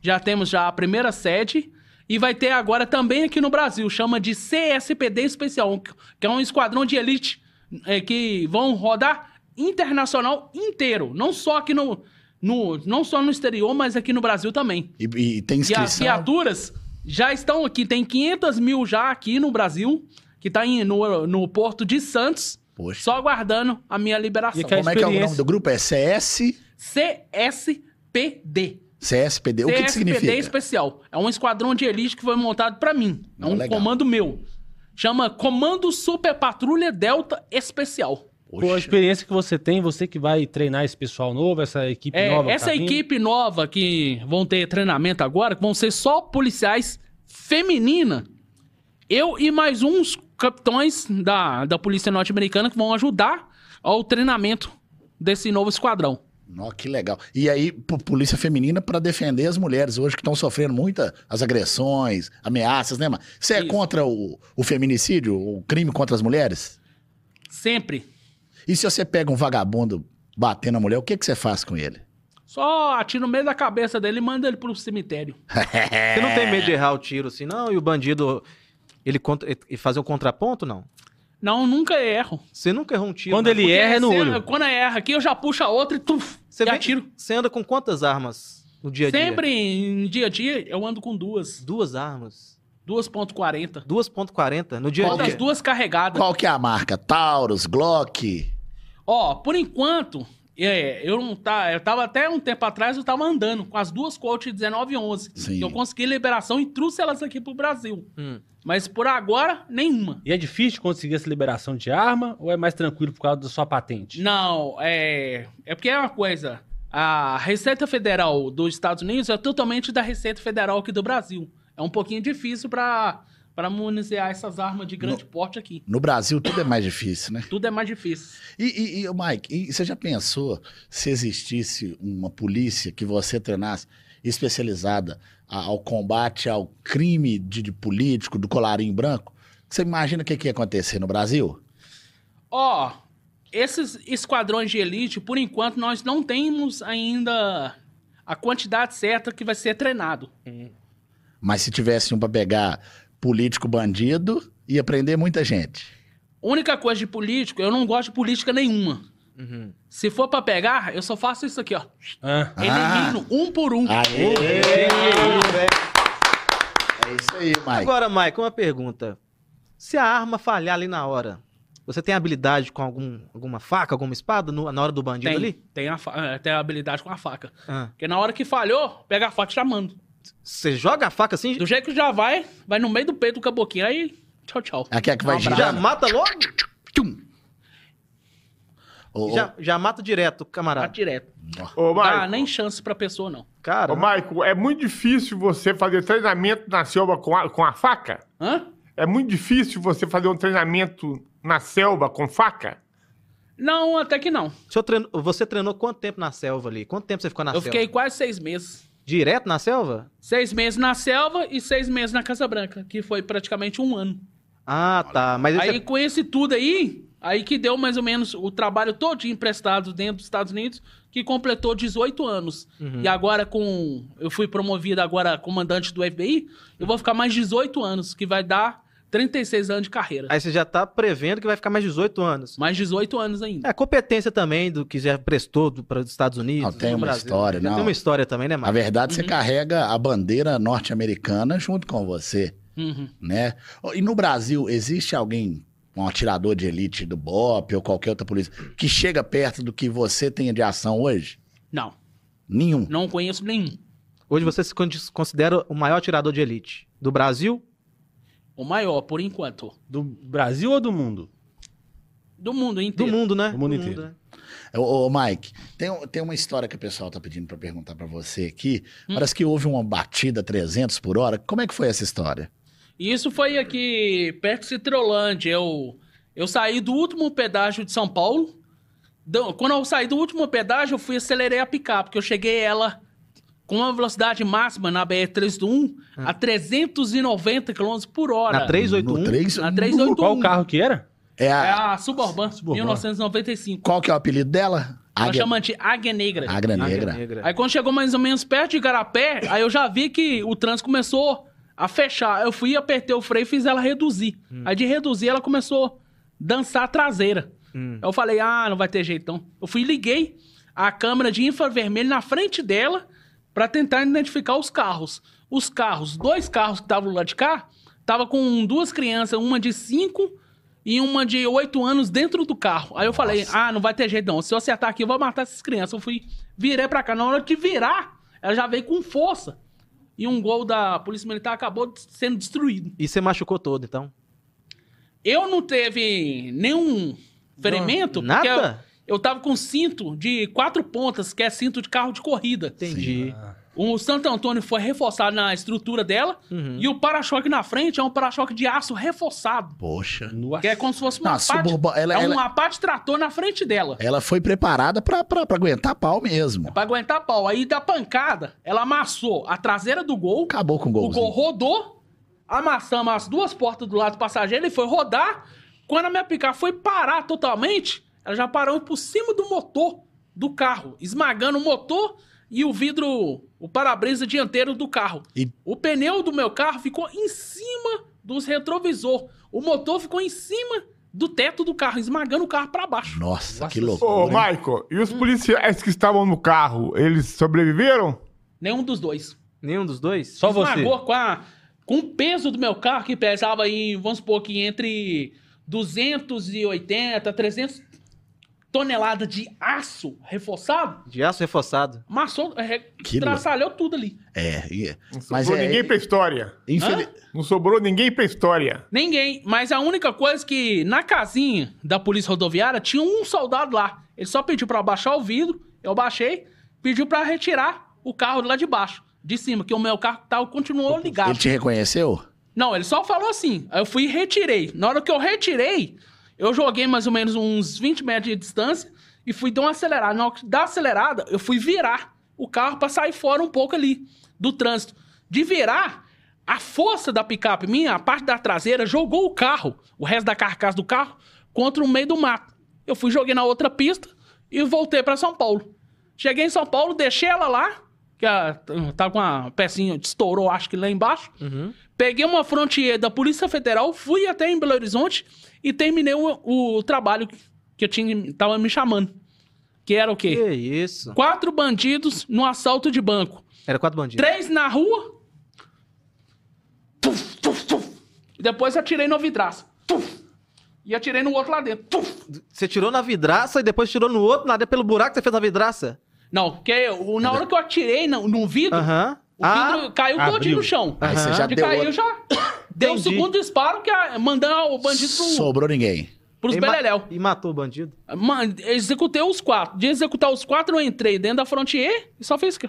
S4: já temos já a primeira sede e vai ter agora também aqui no Brasil, chama de CSPD Especial, que é um esquadrão de elite é, que vão rodar internacional inteiro, não só aqui no, no não só no exterior, mas aqui no Brasil também.
S1: E, e tem
S4: E as
S1: inscrição?
S4: viaturas já estão aqui, tem 500 mil já aqui no Brasil que tá em- no, no porto de Santos,
S1: Poxa.
S4: só aguardando a minha liberação.
S3: E que a
S1: Como é que é o nome
S3: experiência-
S1: do grupo? É CS...
S4: CSPD.
S1: CSPD. O que, que
S4: CSPD
S1: significa?
S4: especial. É um esquadrão de elite que foi montado pra mim. É
S1: Não,
S4: um
S1: Ah, legal.
S4: comando meu. Chama Comando Super Patrulha Delta Especial.
S3: Com a experiência que você tem, você que vai treinar esse pessoal novo, essa equipe
S4: É,
S3: nova. que
S4: essa
S3: tá vindo.
S4: equipe nova que vão ter treinamento agora, que vão ser só policiais feminina. Eu e mais uns capitães da, da Polícia Norte-Americana que vão ajudar ao treinamento desse novo esquadrão.
S1: Nó, que legal. E aí, po- polícia feminina pra defender as mulheres hoje que estão sofrendo muita as agressões, ameaças, né, mano? Você é
S4: Isso.
S1: contra o, o feminicídio, o crime contra as mulheres?
S4: Sempre.
S1: E se você pega um vagabundo batendo a mulher, o que, que você faz com ele?
S4: Só atira no meio da cabeça dele e manda ele pro cemitério.
S2: Você não
S3: É.
S2: tem medo de errar o tiro assim, não? E o bandido, ele, contra... ele fazer o contraponto, não?
S4: Não, nunca erro.
S2: Você nunca errou um tiro.
S3: Quando
S2: não?
S3: ele erra, é no
S4: Porque
S3: olho.
S4: cê- Quando erra aqui, eu já puxo a outra e tuf,
S2: Você,
S4: e
S2: vem-
S4: atiro.
S2: você anda com quantas armas no dia a dia?
S4: Sempre em dia a dia, eu ando com duas.
S2: Duas armas.
S4: 2.40.
S2: 2.40 no dia a
S1: Qual
S4: Todas
S1: que-
S2: dia.
S4: as duas carregadas.
S1: Qual que é a marca? Taurus, Glock?
S4: Ó, por enquanto, é, eu não tá, eu tava até um tempo atrás, eu tava andando com as duas Colt 19 e 11.
S1: Sim.
S4: que Eu consegui liberação e trouxe elas aqui pro Brasil.
S2: Hum.
S4: Mas por agora, nenhuma.
S3: E é difícil conseguir essa liberação de arma ou é mais tranquilo por causa da sua patente?
S4: Não, é, é porque é uma coisa. A Receita Federal dos Estados Unidos é totalmente da Receita Federal aqui do Brasil. É um pouquinho difícil pra para municiar essas armas de grande porte aqui.
S1: No Brasil tudo é mais difícil, né?
S4: Tudo é mais difícil.
S1: E, e, e, ô, Mike, e você já pensou se existisse uma polícia que você treinasse especializada a- ao combate ao crime de, de político, do colarinho branco? Você imagina o que, que ia acontecer no Brasil?
S4: Ó, esses esquadrões de elite, por enquanto, nós não temos ainda a quantidade certa que vai ser treinado.
S1: Mas se tivesse um pra pegar político bandido, ia prender muita gente.
S4: Única coisa de político, eu não gosto de política nenhuma.
S2: Uhum.
S4: Se for pra pegar, eu só faço isso aqui, ó.
S3: Ah,
S1: Ah.
S4: Elimino um por um.
S1: Aê!
S2: É.
S1: É isso aí, Mike.
S2: Agora, Mike, uma pergunta. Se a arma falhar ali na hora, você tem habilidade com algum, alguma faca, alguma espada no- na hora do bandido
S4: Tem,
S2: ali?
S4: tem, a, fa- eh, tem a habilidade com a faca.
S2: Ah.
S4: Porque na hora que falhou, pega a faca e já manda.
S2: Você joga a faca assim,
S4: Do jeito que já vai, vai no meio do peito do caboquinho, aí tchau, tchau.
S1: Aqui é que vai
S4: Um
S2: já
S1: girar.
S2: mata logo?
S1: Ô, ô,
S2: Já, já mata direto,
S4: Tá
S2: camarada.
S4: direto.
S5: Ô,
S4: Não
S5: Maico,
S4: dá nem chance pra pessoa, Ah, não.
S2: Cara,
S5: ô, Maico, é muito difícil você fazer treinamento na selva com a, com a faca?
S4: Hã?
S5: É muito difícil você fazer um treinamento na selva com faca?
S4: Não, até que não.
S2: o senhor treinou- você treinou quanto tempo na selva ali? Quanto tempo você ficou na
S4: eu
S2: selva?
S4: fiquei quase seis meses.
S2: Direto na selva?
S4: Seis meses na selva e seis meses na Casa Branca, que foi praticamente um ano.
S2: Ah, tá. Mas aí
S4: Aí
S2: você-
S4: com esse tudo aí, aí que deu mais ou menos o trabalho todo emprestado dentro dos Estados Unidos, que completou 18 anos.
S2: Uhum.
S4: E agora com... Eu fui promovido agora comandante do FBI, eu vou ficar mais 18 anos, que vai dar 36 anos de carreira.
S2: aí você já tá prevendo que vai ficar mais 18 anos.
S4: Mais 18 anos ainda.
S2: É, a competência também do que já prestou do- para os Estados Unidos.
S1: Não, tem
S2: do
S1: uma
S2: Brasil.
S1: história,
S2: Já
S1: não.
S2: Tem uma história também, né,
S1: Na
S2: Marcos?
S1: verdade,
S4: Uhum.
S1: você carrega a bandeira norte-americana junto com você.
S2: É.
S4: Uhum.
S1: né? Ó, E no Brasil, existe alguém, um atirador de elite do BOP ou qualquer outra polícia, que chega perto do que você tem de ação hoje?
S4: Não,
S1: Nenhum.
S4: não conheço nenhum.
S2: Hoje você se con- considera o maior atirador de elite do Brasil?
S4: O maior, por enquanto.
S3: do Brasil ou do mundo?
S4: Do mundo
S2: Do
S4: inteiro.
S2: mundo, né?
S3: Do mundo inteiro.
S2: né?
S1: Ô, ô, Mike, tem, um- tem uma história que o pessoal tá pedindo pra perguntar pra você aqui.
S4: Hum.
S1: Parece que houve uma batida 300 por hora. Como é que foi essa história?
S4: E isso foi aqui perto de Citrolândia. Eu, eu saí do último pedágio de São Paulo. Do- quando eu saí do último pedágio, eu fui e acelerei a picape, porque eu cheguei ela com uma velocidade máxima na BR-321 a 390 km por hora.
S2: Na 381.
S1: No 3?
S4: um. Na 381.
S3: Qual o carro que era?
S1: É
S4: É
S1: a-
S4: a Suburban,
S3: Suburban.
S4: 1995.
S1: Qual que é o apelido dela?
S4: Ela chama de Águia Negra.
S1: Agra
S2: Águia
S1: é Negra.
S4: Aí quando chegou mais ou menos perto de Garapé, aí eu já vi que o trânsito começou a fechar. Eu fui, apertei o freio e fiz ela reduzir. Aí de reduzir, ela começou a dançar a traseira.
S2: Hum.
S4: Eu falei, ah, não vai ter jeito não. Eu fui e liguei a câmera de infravermelho na frente dela pra tentar identificar os carros. Os carros, dois carros que estavam lá de cá, Tava com duas crianças, uma de cinco e uma de oito anos dentro do carro. Aí eu falei, ah, não vai ter jeito não. Se eu acertar aqui, eu vou matar essas crianças. Eu fui, virei pra cá. Na hora de virar, ela já veio com força. E um gol da Polícia Militar acabou sendo destruído.
S2: E você machucou todo, então?
S4: Eu não teve nenhum ferimento. porque é
S2: Nada?
S4: Eu, eu tava com cinto de quatro pontas, que é cinto de carro de corrida.
S2: Entendi.
S4: O Santo Antônio foi reforçado na estrutura dela.
S2: Uhum.
S4: E o para-choque na frente é um para-choque de aço reforçado.
S1: Poxa.
S3: Nossa.
S4: Que é como se fosse uma
S1: Não, a
S4: parte...
S1: suburba, ela,
S4: é um
S1: ela,
S4: Apache trator na frente dela.
S1: ela foi preparada pra, pra, pra aguentar pau mesmo.
S4: Pra aguentar pau. Aí, da pancada, ela amassou a traseira do gol.
S1: Acabou com o
S4: O gol
S1: golzinho.
S4: rodou. Amassamos as duas portas do lado do passageiro. Ele foi rodar. Quando a minha picape foi parar totalmente, ela já parou por cima do motor do carro. Esmagando o motor e o vidro... O para-brisa dianteiro do carro.
S1: E-
S4: O pneu do meu carro ficou em cima dos retrovisor. O motor ficou em cima do teto do carro, esmagando o carro pra baixo.
S1: Nossa, que
S3: Nossa
S1: loucura.
S5: Ô,
S1: hein?
S5: Michael, e os policiais que estavam no carro, eles sobreviveram?
S4: Nenhum dos dois.
S2: Nenhum dos dois?
S3: Só você.
S4: Esmagou com, a- com o peso do meu carro, que pesava aí, vamos supor que entre 280, 300 toneladas de aço reforçado,
S2: De aço reforçado.
S4: amassou, é,
S1: Que
S4: traçalhou tudo ali.
S1: É, e-
S5: Não sobrou
S1: Mas é-
S5: ninguém pra história.
S1: infeli-
S5: Não sobrou ninguém pra história.
S4: Ninguém, mas a única coisa que na casinha da polícia rodoviária tinha um soldado lá. Ele só pediu pra baixar o vidro, eu baixei, pediu pra retirar o carro lá de baixo, de cima, que o meu carro tal continuou ligado.
S1: ele te reconheceu?
S4: Não, ele só falou assim. Aí eu fui e retirei. Na hora que eu retirei, eu joguei mais ou menos uns 20 metros de distância e fui dar uma acelerada. Na hora que da acelerada, eu fui virar o carro pra sair fora um pouco ali do trânsito. De virar, a força da picape minha, a parte da traseira, jogou o carro, o resto da carcaça do carro, contra o meio do mato. Eu fui, joguei na outra pista e voltei pra São Paulo. Cheguei em São Paulo, deixei ela lá, que a, tá com uma pecinha, estourou, acho que lá embaixo.
S2: Uhum.
S4: Peguei uma frontier da Polícia Federal, fui até em Belo Horizonte e terminei o, o trabalho que eu tinha, tava me chamando. Que era o
S2: Que
S4: quê?
S2: isso?
S4: Quatro bandidos no assalto de banco.
S2: Era quatro bandidos.
S4: Três na rua. Tuf, tuf, tuf. E Depois atirei no vidraço. Tuf. E atirei no outro lá dentro. Tuf.
S2: Você tirou na vidraça e depois tirou no outro, nada é pelo buraco que você fez na vidraça?
S4: Não, porque eu- na hora que eu atirei no, no vidro,
S2: Aham.
S4: o
S2: Ah,
S4: vidro caiu
S3: abriu.
S4: todinho no chão.
S1: Aí você
S2: Aham.
S1: já
S4: Ele
S1: deu
S4: caiu,
S1: outro.
S4: já deu o
S2: Entendi.
S4: segundo disparo, que é mandar o bandido pro,
S1: Sobrou [laughs] ninguém.
S4: pros
S2: e ma-
S4: beleléu.
S2: E matou o bandido.
S4: Mano, executei os quatro. De executar os quatro, eu entrei dentro da frontier e só fiz. que-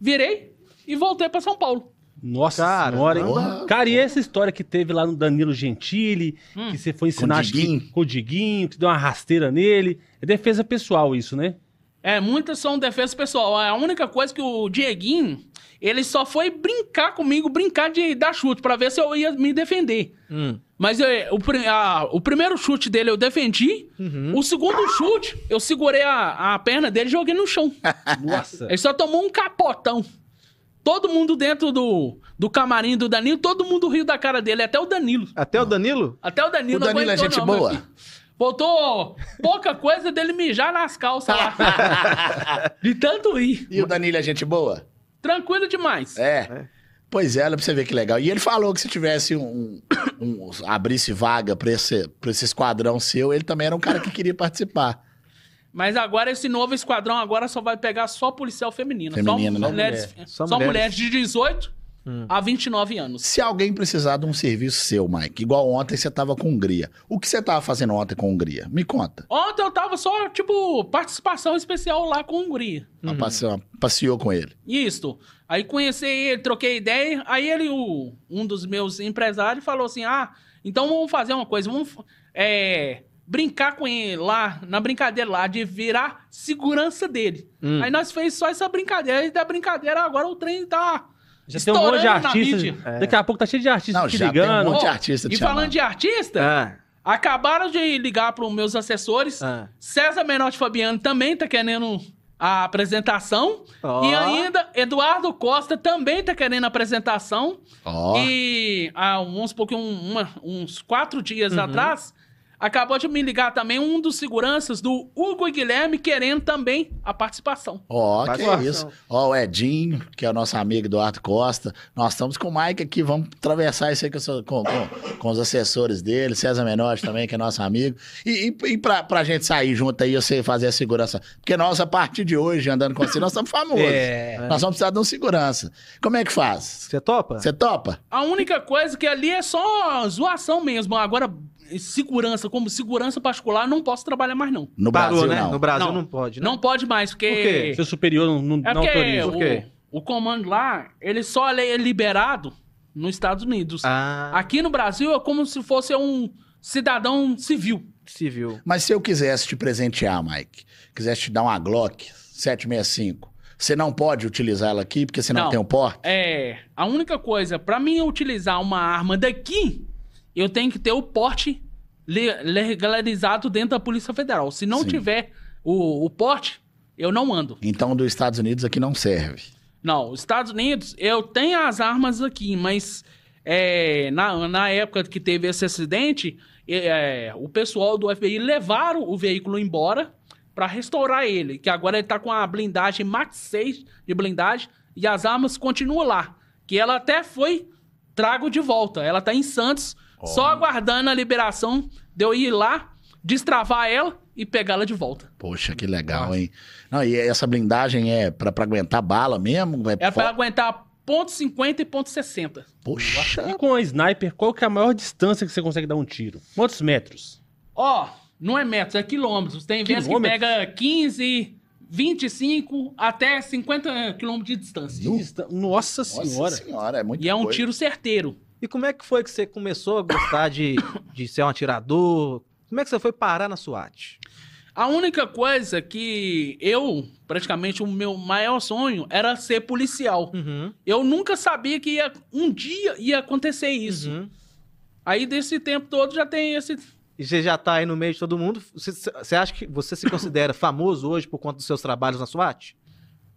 S4: Virei e voltei pra São Paulo.
S3: Nossa
S2: Cara,
S3: senhora, hein?
S1: porra.
S3: Cara, e essa história que teve lá no Danilo Gentili,
S4: Hum.
S3: que você foi
S1: Com
S3: ensinar
S1: o
S3: acho que-
S1: Diguinho.
S3: com o Diguinho, que deu uma rasteira nele. É defesa pessoal
S1: [laughs]
S3: isso, né?
S4: É, muitas são defesa pessoal. É A única coisa que o Dieguinho, ele só foi brincar comigo, brincar de dar chute, pra ver se eu ia me defender.
S2: Hum.
S4: Mas é, o, pri- a- o primeiro chute dele eu defendi. O segundo chute, eu segurei a, a perna dele e joguei no chão.
S3: Nossa.
S4: Ele só tomou um capotão. Todo mundo dentro do, do camarim do Danilo, todo mundo riu da cara dele, até o Danilo.
S2: Até o Danilo?
S4: Até o Danilo
S1: O Danilo é
S4: aguentou,
S1: gente
S4: não, meu
S1: boa.
S4: filho. [laughs] Botou pouca coisa dele mijar nas calças
S1: [laughs]
S4: lá. De tanto rir.
S1: E o Danilo é gente boa?
S4: Tranquilo demais.
S1: É. Pois é, olha pra você ver que legal. E ele falou que se tivesse um. um- um- abrisse vaga pra esse, pra esse esquadrão seu, ele também era um cara que queria participar.
S4: Mas agora esse novo esquadrão agora só vai pegar só policial feminino.
S1: Feminino,
S4: só
S1: né?
S4: mulheres,
S2: É, Só
S4: só
S2: mulheres.
S4: mulheres. de 18
S2: Hum.
S4: a 29 anos.
S1: Se alguém precisar de um serviço seu, Mike, igual ontem você tava com Hungria. O que você tava fazendo ontem com Hungria? Me conta.
S4: Ontem eu tava só, tipo, participação especial lá com a Hungria.
S1: Ela passeou, passeou com ele.
S4: Isto. Aí conheci ele, troquei ideia. Aí ele, o- um dos meus empresários, falou assim: Ah, então vamos fazer uma coisa, vamos é, brincar com ele lá, na brincadeira lá, de virar segurança dele.
S2: Hum.
S4: Aí nós fez só essa brincadeira, e da brincadeira agora o trem tá.
S3: Já tem um monte de
S4: estourando na
S3: artistas.
S4: mídia.
S3: Daqui a pouco tá cheio de artistas
S1: É. Não,
S3: te
S1: já tem um
S3: ligando.
S1: monte de
S4: Ó,
S1: artista te
S4: E falando
S1: chamando.
S4: de artista,
S2: Ah,
S4: acabaram de ligar para os meus assessores.
S2: ah.
S4: César Menotti Fabiano também tá querendo a apresentação.
S2: Ó.
S4: E ainda, Eduardo Costa também tá querendo a apresentação. ah,
S1: Ó,
S2: Uhum.
S4: E há, vamos supor que um- uma- uns quatro dias atrás, Acabou de me ligar também um dos seguranças do Hugo e Guilherme querendo também a participação.
S1: Ó, que
S2: Participação.
S1: isso. Ó, o Edinho, que é o nosso amigo Eduardo Costa. Nós estamos com o Mike aqui, vamos atravessar isso aí com, essa- com- com- com os assessores dele. César Menotti também, que é nosso amigo. E, e, e pra, pra gente sair junto aí, você fazer a segurança. Porque nós, a partir de hoje, andando com você, nós estamos famosos.
S3: É.
S1: Nós vamos precisar de um segurança. Como é que faz?
S2: Você topa?
S1: Você topa?
S4: A única coisa que ali é só zoação mesmo. Agora, segurança, como segurança particular, não posso trabalhar mais, não.
S1: No
S2: Parou,
S1: Brasil,
S2: né?
S1: não.
S2: No Brasil não,
S4: Não.
S2: pode, né?
S4: Não pode mais,
S2: Por
S4: porque.
S2: quê?
S3: Seu superior não, não,
S4: É
S3: não
S4: porque
S3: autoriza.
S2: Por quê?
S4: o, o comando lá, ele só é liberado nos Estados Unidos.
S2: Ah,
S4: Aqui no Brasil é como se fosse um cidadão civil.
S2: civil.
S1: Mas se eu quisesse te presentear, Mike, quisesse te dar uma Glock 765, você não pode utilizar ela aqui porque você não,
S4: Não.
S1: tem o porte?
S4: É, a única coisa, pra mim utilizar uma arma daqui, eu tenho que ter o porte le- legalizado dentro da Polícia Federal. Se não
S1: Sim.
S4: tiver o, o porte, eu não ando.
S1: Então, dos Estados Unidos aqui não serve.
S4: Não, os Estados Unidos, eu tenho as armas aqui, mas é, na, na época que teve esse acidente, é, o pessoal do FBI levaram o veículo embora para restaurar ele, que agora ele tá com a blindagem Max 6 de blindagem e as armas continuam lá, que ela até foi trago de volta. Ela tá em Santos, só aguardando a liberação de eu ir lá, destravar ela e pegá-la de volta.
S1: Poxa, que legal, hein? Não, e essa blindagem é pra, pra aguentar bala mesmo? É
S4: É
S1: fo-
S4: para aguentar ponto .50 e ponto .60.
S1: Poxa,
S3: E com a sniper, qual que é a maior distância que você consegue dar um tiro? Quantos metros?
S4: Ó, não é metros, é quilômetros. Tem vezes que
S3: Quilômetros?
S4: pega 15, 25 até 50 quilômetros de distância.
S1: Nu.
S3: De distan- Nossa senhora.
S1: nossa senhora, é muito
S4: E é um
S1: coisa.
S4: tiro certeiro.
S2: E como é que foi que você começou a gostar de, de ser um atirador? Como é que você foi parar na SWAT?
S4: A única coisa que eu, praticamente, o meu maior sonho era ser policial.
S2: Uhum.
S4: Eu nunca sabia que ia, um dia ia acontecer isso.
S2: uhum.
S4: Aí, desse tempo todo, já tem esse.
S2: E você já tá aí no meio de todo mundo. Você, você acha que você se considera [coughs] famoso hoje por conta dos seus trabalhos na SWAT?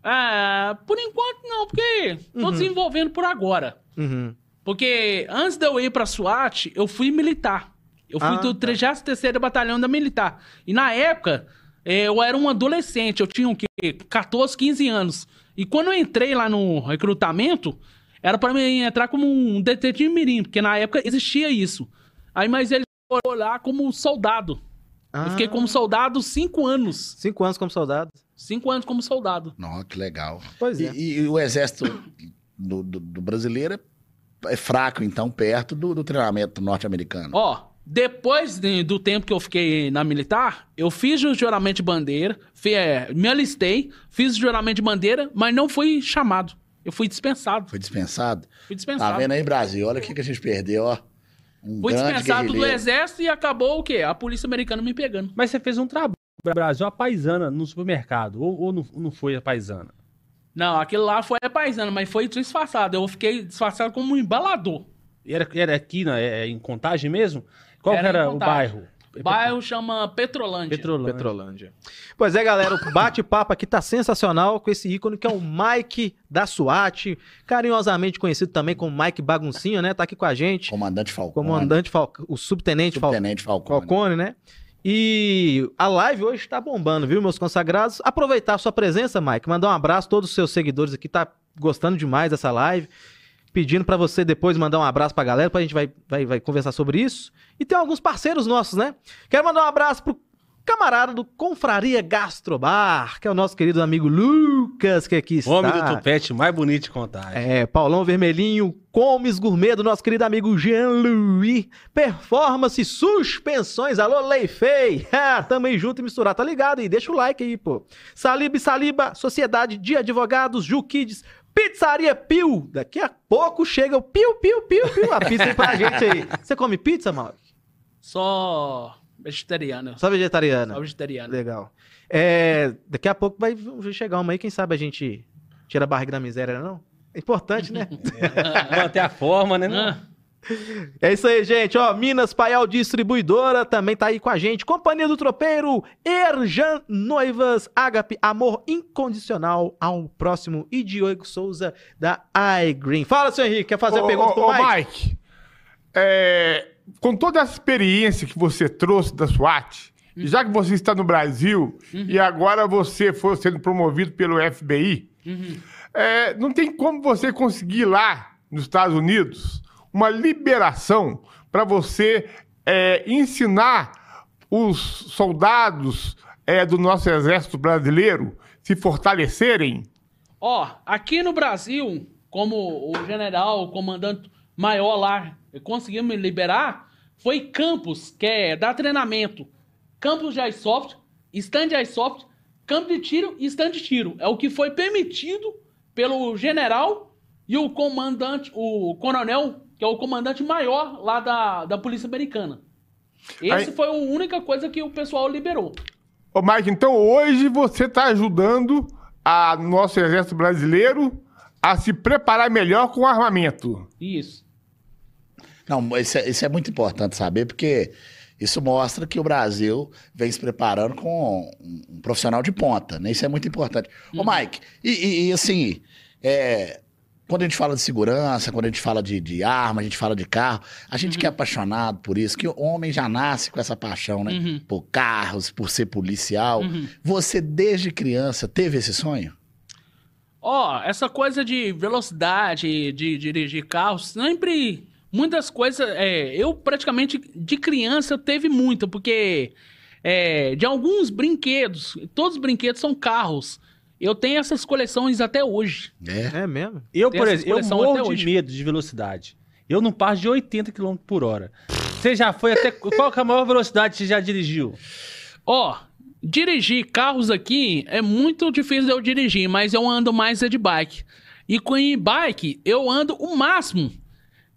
S4: Ah, por enquanto, não, porque tô
S2: Uhum.
S4: desenvolvendo por agora.
S2: Uhum.
S4: Porque antes de eu ir pra SWAT, eu fui militar. Eu fui
S2: Ah,
S4: do
S2: tá.
S4: 33º Batalhão da Militar. E na época, eh, eu era um adolescente, eu tinha o quê? 14, 15 anos. E quando eu entrei lá no recrutamento, era pra mim entrar como um detetive mirim, porque na época existia isso. Aí, mas ele foi lá como soldado. Eu fiquei
S2: Ah,
S4: como soldado cinco anos.
S2: Cinco anos como soldado.
S4: Cinco anos como soldado.
S1: Não, que legal.
S2: Pois
S1: E,
S2: é.
S1: e- e o exército do, do- do brasileiro é, é fraco, então, perto do, do treinamento norte-americano.
S4: Ó, depois de- do tempo que eu fiquei na militar, eu fiz o juramento de bandeira, fi- é, me alistei, fiz o juramento de bandeira, mas não fui chamado. Eu fui dispensado.
S1: Foi dispensado? Tá
S4: Fui dispensado.
S1: vendo aí, Brasil? Olha o que, que a gente perdeu, ó. Um
S4: fui
S1: grande
S4: dispensado do
S1: guerrilheiro.
S4: exército e acabou o quê? A polícia americana me pegando.
S3: Mas você fez um trabalho no Brasil, a paisana no supermercado. Ou, ou não, não foi a paisana?
S4: Não, aquilo lá foi paisano, mas foi disfarçado. Eu fiquei disfarçado como um embalador.
S3: E Era, era aqui na, é, em Contagem mesmo? Qual que
S4: Era em
S3: era o
S4: Contagem.
S3: bairro?
S4: O bairro chama Petrolândia.
S3: Petrolândia.
S2: Petrolândia. Pois é, galera, o bate-papo aqui tá sensacional com esse ícone que é o Mike da SWAT, carinhosamente conhecido também como Mike Baguncinha, né? Tá aqui com a gente,
S1: Comandante Falcone.
S2: comandante Falcão, o subtenente Falcão.
S1: Subtenente Falcone.
S2: Falcone, né? E a live hoje tá bombando, viu, meus consagrados? Aproveitar a sua presença, Mike, mandar um abraço a todos os seus seguidores aqui, tá gostando demais dessa live. Pedindo pra você depois mandar um abraço pra galera, pra gente vai, vai, vai conversar sobre isso. E tem alguns parceiros nossos, né? Quero mandar um abraço pro camarada do Confraria Gastrobar, que é o nosso querido amigo Lucas, que aqui está.
S3: Homem do tupete mais bonito de Contagem.
S2: É, Paulão Vermelhinho, Comes Gourmet do nosso querido amigo Jean-Louis, Performance, Suspensões, alô Leifei, [laughs] Ah, tamo aí junto e misturar, tá ligado? E deixa o like aí, pô. Saliba e Saliba, Sociedade de Advogados, Juquides, Pizzaria Pio, daqui a pouco chega o Pio, Pio, Pio, Pio, a pizza aí pra gente aí. Você come pizza, Mauro?
S4: Só vegetariana.
S2: Só vegetariana?
S4: Só vegetariana.
S2: Legal. É, daqui a pouco vai chegar uma aí, quem sabe a gente tira a barriga da miséria, não? É importante, né?
S3: Manter a forma, né? não?
S4: Ah,
S2: É isso aí, gente. Ó, Minas Paial Distribuidora também tá aí com a gente. Companhia do Tropeiro, Erjan Noivas, Agape, Amor Incondicional ao Próximo e Diogo Souza da iGreen. Fala, seu Henrique, quer fazer
S5: Ô,
S2: pergunta
S5: ô,
S2: pro
S5: ô,
S2: Mike?
S5: Mike, é, com toda a experiência que você trouxe da SWAT, e já que você está no Brasil e agora você foi sendo promovido pelo FBI, é, não tem como você conseguir lá nos Estados Unidos uma liberação para você é, ensinar os soldados é, do nosso exército brasileiro se fortalecerem.
S4: Ó, aqui no Brasil, como o general, o comandante maior lá conseguiu me liberar, foi Campos, que é dar treinamento. Campos de Airsoft, stand de Airsoft, campo de tiro e stand de tiro. É o que foi permitido pelo general e o comandante, o coronel, que é o comandante maior lá da, da polícia americana. Esse
S5: Aí-
S4: foi a única coisa que o pessoal liberou.
S5: Ô, Mike, então hoje você está ajudando a nosso exército brasileiro a se preparar melhor com armamento.
S4: Isso.
S1: Não, isso é, isso é muito importante saber, porque isso mostra que o Brasil vem se preparando com um um profissional de ponta, né? Isso é muito importante.
S4: Uhum.
S1: Ô, Mike, e, e- e, assim, é, quando a gente fala de segurança, quando a gente fala de, de arma, a gente fala de carro, a gente
S4: Uhum.
S1: que é apaixonado por isso, que o homem já nasce com essa paixão, né?
S4: Uhum.
S1: Por carros, por ser policial.
S4: Uhum.
S1: Você, desde criança, teve esse sonho?
S4: Ó, essa coisa de velocidade, de dirigir carro, sempre. Muitas coisas. é, eu praticamente de criança teve muita, porque é, de alguns brinquedos, todos os brinquedos são carros. Eu tenho essas coleções até hoje.
S1: É.
S2: É mesmo?
S3: Eu,
S4: Tem
S3: por
S4: essas
S3: exemplo, eu
S4: coleção até
S3: morro de
S4: hoje.
S3: medo de velocidade. Eu não passo de 80 km por hora. Você já foi até. [laughs] Qual que é a maior velocidade que você já dirigiu?
S4: Ó, dirigir carros aqui é muito difícil eu dirigir, mas eu ando mais é de bike. E com e bike, eu ando o máximo.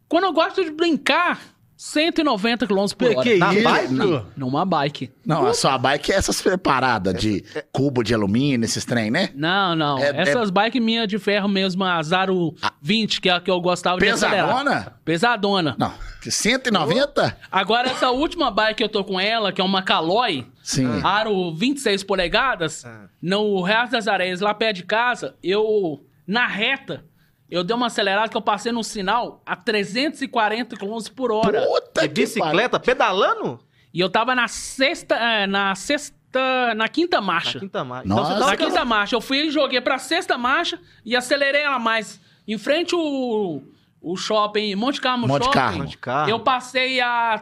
S4: Quando eu gosto de brincar, 190 km por hora.
S3: que
S2: tá
S3: isso?
S2: baixo?
S4: Numa bike.
S1: Não, a sua bike é essas preparadas de cubo de alumínio, esses trem, né?
S4: Não, não.
S1: É-
S4: Essas bikes minhas de ferro mesmo, a Zaro 20, que é a que eu gostava de acelerar.
S1: Pesadona?
S4: Pesadona.
S1: Não, que 190?
S4: Agora, essa última bike que eu tô com ela, que é uma Caloi,
S1: Sim.
S4: aro 26 polegadas, no Real das Areias, lá perto de casa, eu, na reta, eu dei uma acelerada que eu passei no sinal a 340 km por hora.
S1: Puta
S2: Tá De bicicleta, pedalando?
S4: E eu tava na sexta, eh, na sexta, na quinta marcha.
S2: Na quinta Então marcha.
S1: Nossa.
S4: Na
S2: tava-
S4: quinta marcha, eu fui e joguei pra sexta marcha e acelerei ela mais. Em frente o, o shopping, Monte Carmo
S1: Monte Ah.
S4: Shopping,
S1: Carlo.
S2: Monte Carlo.
S4: eu passei a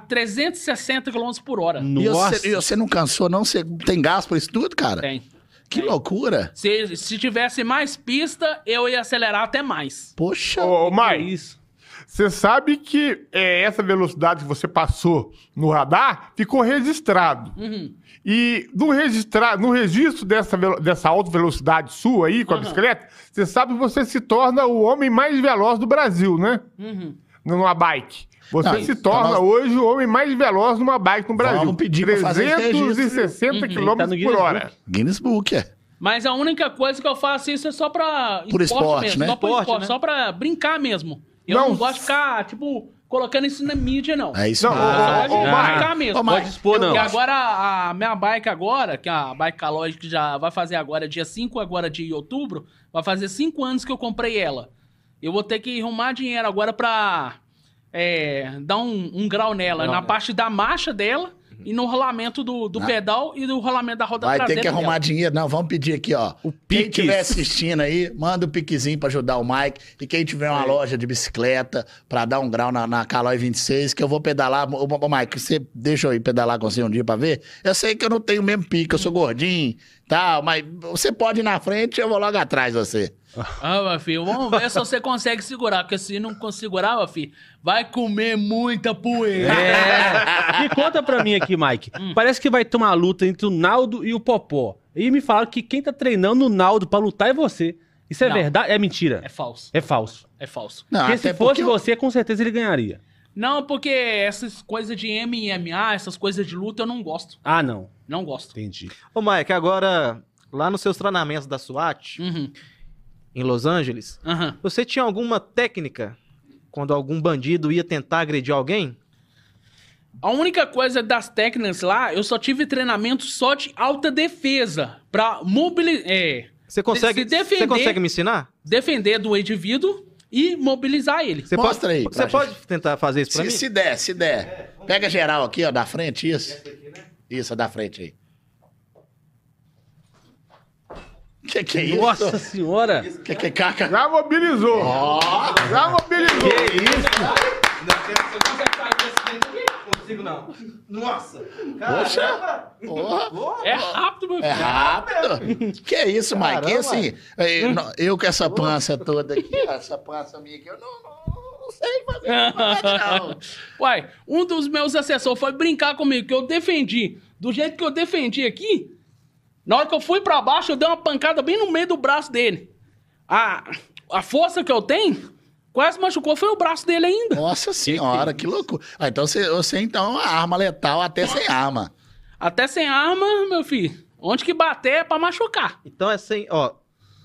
S4: 360 km por hora.
S1: E
S3: Nossa.
S1: você, e você não cansou, não? Você tem gás pra isso tudo, cara?
S4: Tem.
S1: Que loucura.
S4: Se, se tivesse mais pista, eu ia acelerar até mais.
S1: Poxa.
S5: Ô, ô
S3: Que
S5: Mike,
S3: isso.
S5: você sabe que é, essa velocidade que você passou no radar ficou registrado.
S4: Uhum.
S5: E no, registrar, no registro dessa, velo- dessa alta velocidade sua aí com a
S4: Aham.
S5: bicicleta, você sabe que você se torna o homem mais veloz do Brasil, né?
S4: Uhum.
S5: Numa bike. Você
S1: Não,
S5: se
S1: isso.
S5: torna
S1: Então
S5: hoje o homem mais veloz numa bike no Brasil.
S1: Vamos pedir pra fazer esse registro.
S5: 360
S4: Uhum.
S5: km
S3: Tá no
S5: por
S3: Guinness
S5: hora.
S1: Guinness Book, é.
S4: Mas a única coisa que eu faço isso é só pra
S1: Por esporte,
S4: mesmo,
S1: né?
S4: só, por
S2: Esporte,
S4: esporte,
S2: né?
S4: só pra brincar mesmo. Eu
S5: Não.
S4: não, gosto de ficar, tipo, colocando isso na mídia, não.
S1: É isso
S5: Não,
S1: mesmo.
S5: ô,
S4: Eu
S5: ô,
S4: só
S5: ô,
S4: gosto de
S5: Mike,
S4: brincar mesmo.
S1: Ô, Mike,
S3: Pode expor,
S1: eu
S3: não.
S4: E
S1: gosto.
S4: agora, a minha bike agora, que é a bike Calóide, que já vai fazer agora dia 5 agora de outubro, vai fazer 5 anos que eu comprei ela. Eu vou ter que arrumar dinheiro agora pra é, dar um, um grau nela,
S2: Grau
S4: na
S2: nela.
S4: parte da marcha dela e no rolamento do, do
S1: Na-
S4: pedal e do rolamento da roda
S1: Vai ter
S4: traseira
S1: que arrumar
S4: dela.
S1: dinheiro. Não, vamos pedir aqui, ó.
S3: O
S1: Quem
S3: Pix.
S1: estiver assistindo aí, manda o piquezinho pra ajudar o Mike. E quem tiver uma loja de bicicleta pra dar um grau na, na Calói 26, que eu vou pedalar. Ô, ô, Mike, você deixa eu ir pedalar com você um dia pra ver? Eu sei que eu não tenho o mesmo pique, eu sou gordinho tal, mas você pode ir na frente eu vou logo atrás de você.
S4: Ah, meu filho, vamos ver se você consegue segurar, porque se não conseguir segurar, meu filho, vai comer muita poeira.
S3: É. Me conta pra mim aqui, Mike.
S4: Hum.
S3: Parece que vai ter uma luta entre o Naldo e o Popó. E me falaram que quem tá treinando o Naldo pra lutar é você. Isso é
S4: Não.
S3: verdade? É mentira.
S4: É falso,
S3: É falso.
S4: é falso.
S1: Não,
S3: porque se
S1: até
S3: fosse
S1: porque eu-
S3: você, com certeza ele ganharia.
S4: Não, porque essas coisas de MMA, essas coisas de luta, eu não gosto.
S3: Ah, não.
S4: Não gosto.
S3: Entendi.
S2: Ô, Mike, agora, lá nos seus treinamentos da SWAT,
S4: Uhum.
S2: em Los Angeles,
S4: Aham.
S2: Você tinha alguma técnica quando algum bandido ia tentar agredir alguém?
S4: A única coisa das técnicas lá, eu só tive treinamento só de alta defesa. Pra mobilizar. É,
S2: Você consegue,
S4: Se defender-
S2: você consegue me ensinar?
S4: defender do indivíduo e mobilizar ele.
S2: Você
S1: Mostra
S2: pode,
S1: aí
S2: Você
S1: pra
S2: pode tentar fazer isso
S1: Se,
S2: pra mim?
S1: se der, se der. Pega geral aqui, ó, da frente, isso. Isso, a da frente aí. Que que é isso?
S3: Nossa senhora!
S1: Que que é caca?
S5: Já mobilizou. Já mobilizou.
S2: consigo, não. Nossa!
S1: Poxa! Porra!
S4: É rápido, meu filho.
S1: É rápido! Que é isso, Mike? E assim, eh, no- eu com essa pança toda aqui, ó, essa pança minha aqui, eu não, não, não sei fazer nada,
S4: [laughs]
S1: não.
S4: Uai, um dos meus assessores foi brincar comigo, que eu defendi. Do jeito que eu defendi aqui, na hora que eu fui pra baixo, eu dei uma pancada bem no meio do braço dele. A, a força que eu tenho quase machucou, foi o braço dele ainda.
S1: Nossa senhora, que loucura. Ah, então você, você então é uma arma letal até sem arma.
S4: Até sem arma, meu filho. Onde que bater é pra machucar.
S2: Então é assim, ó.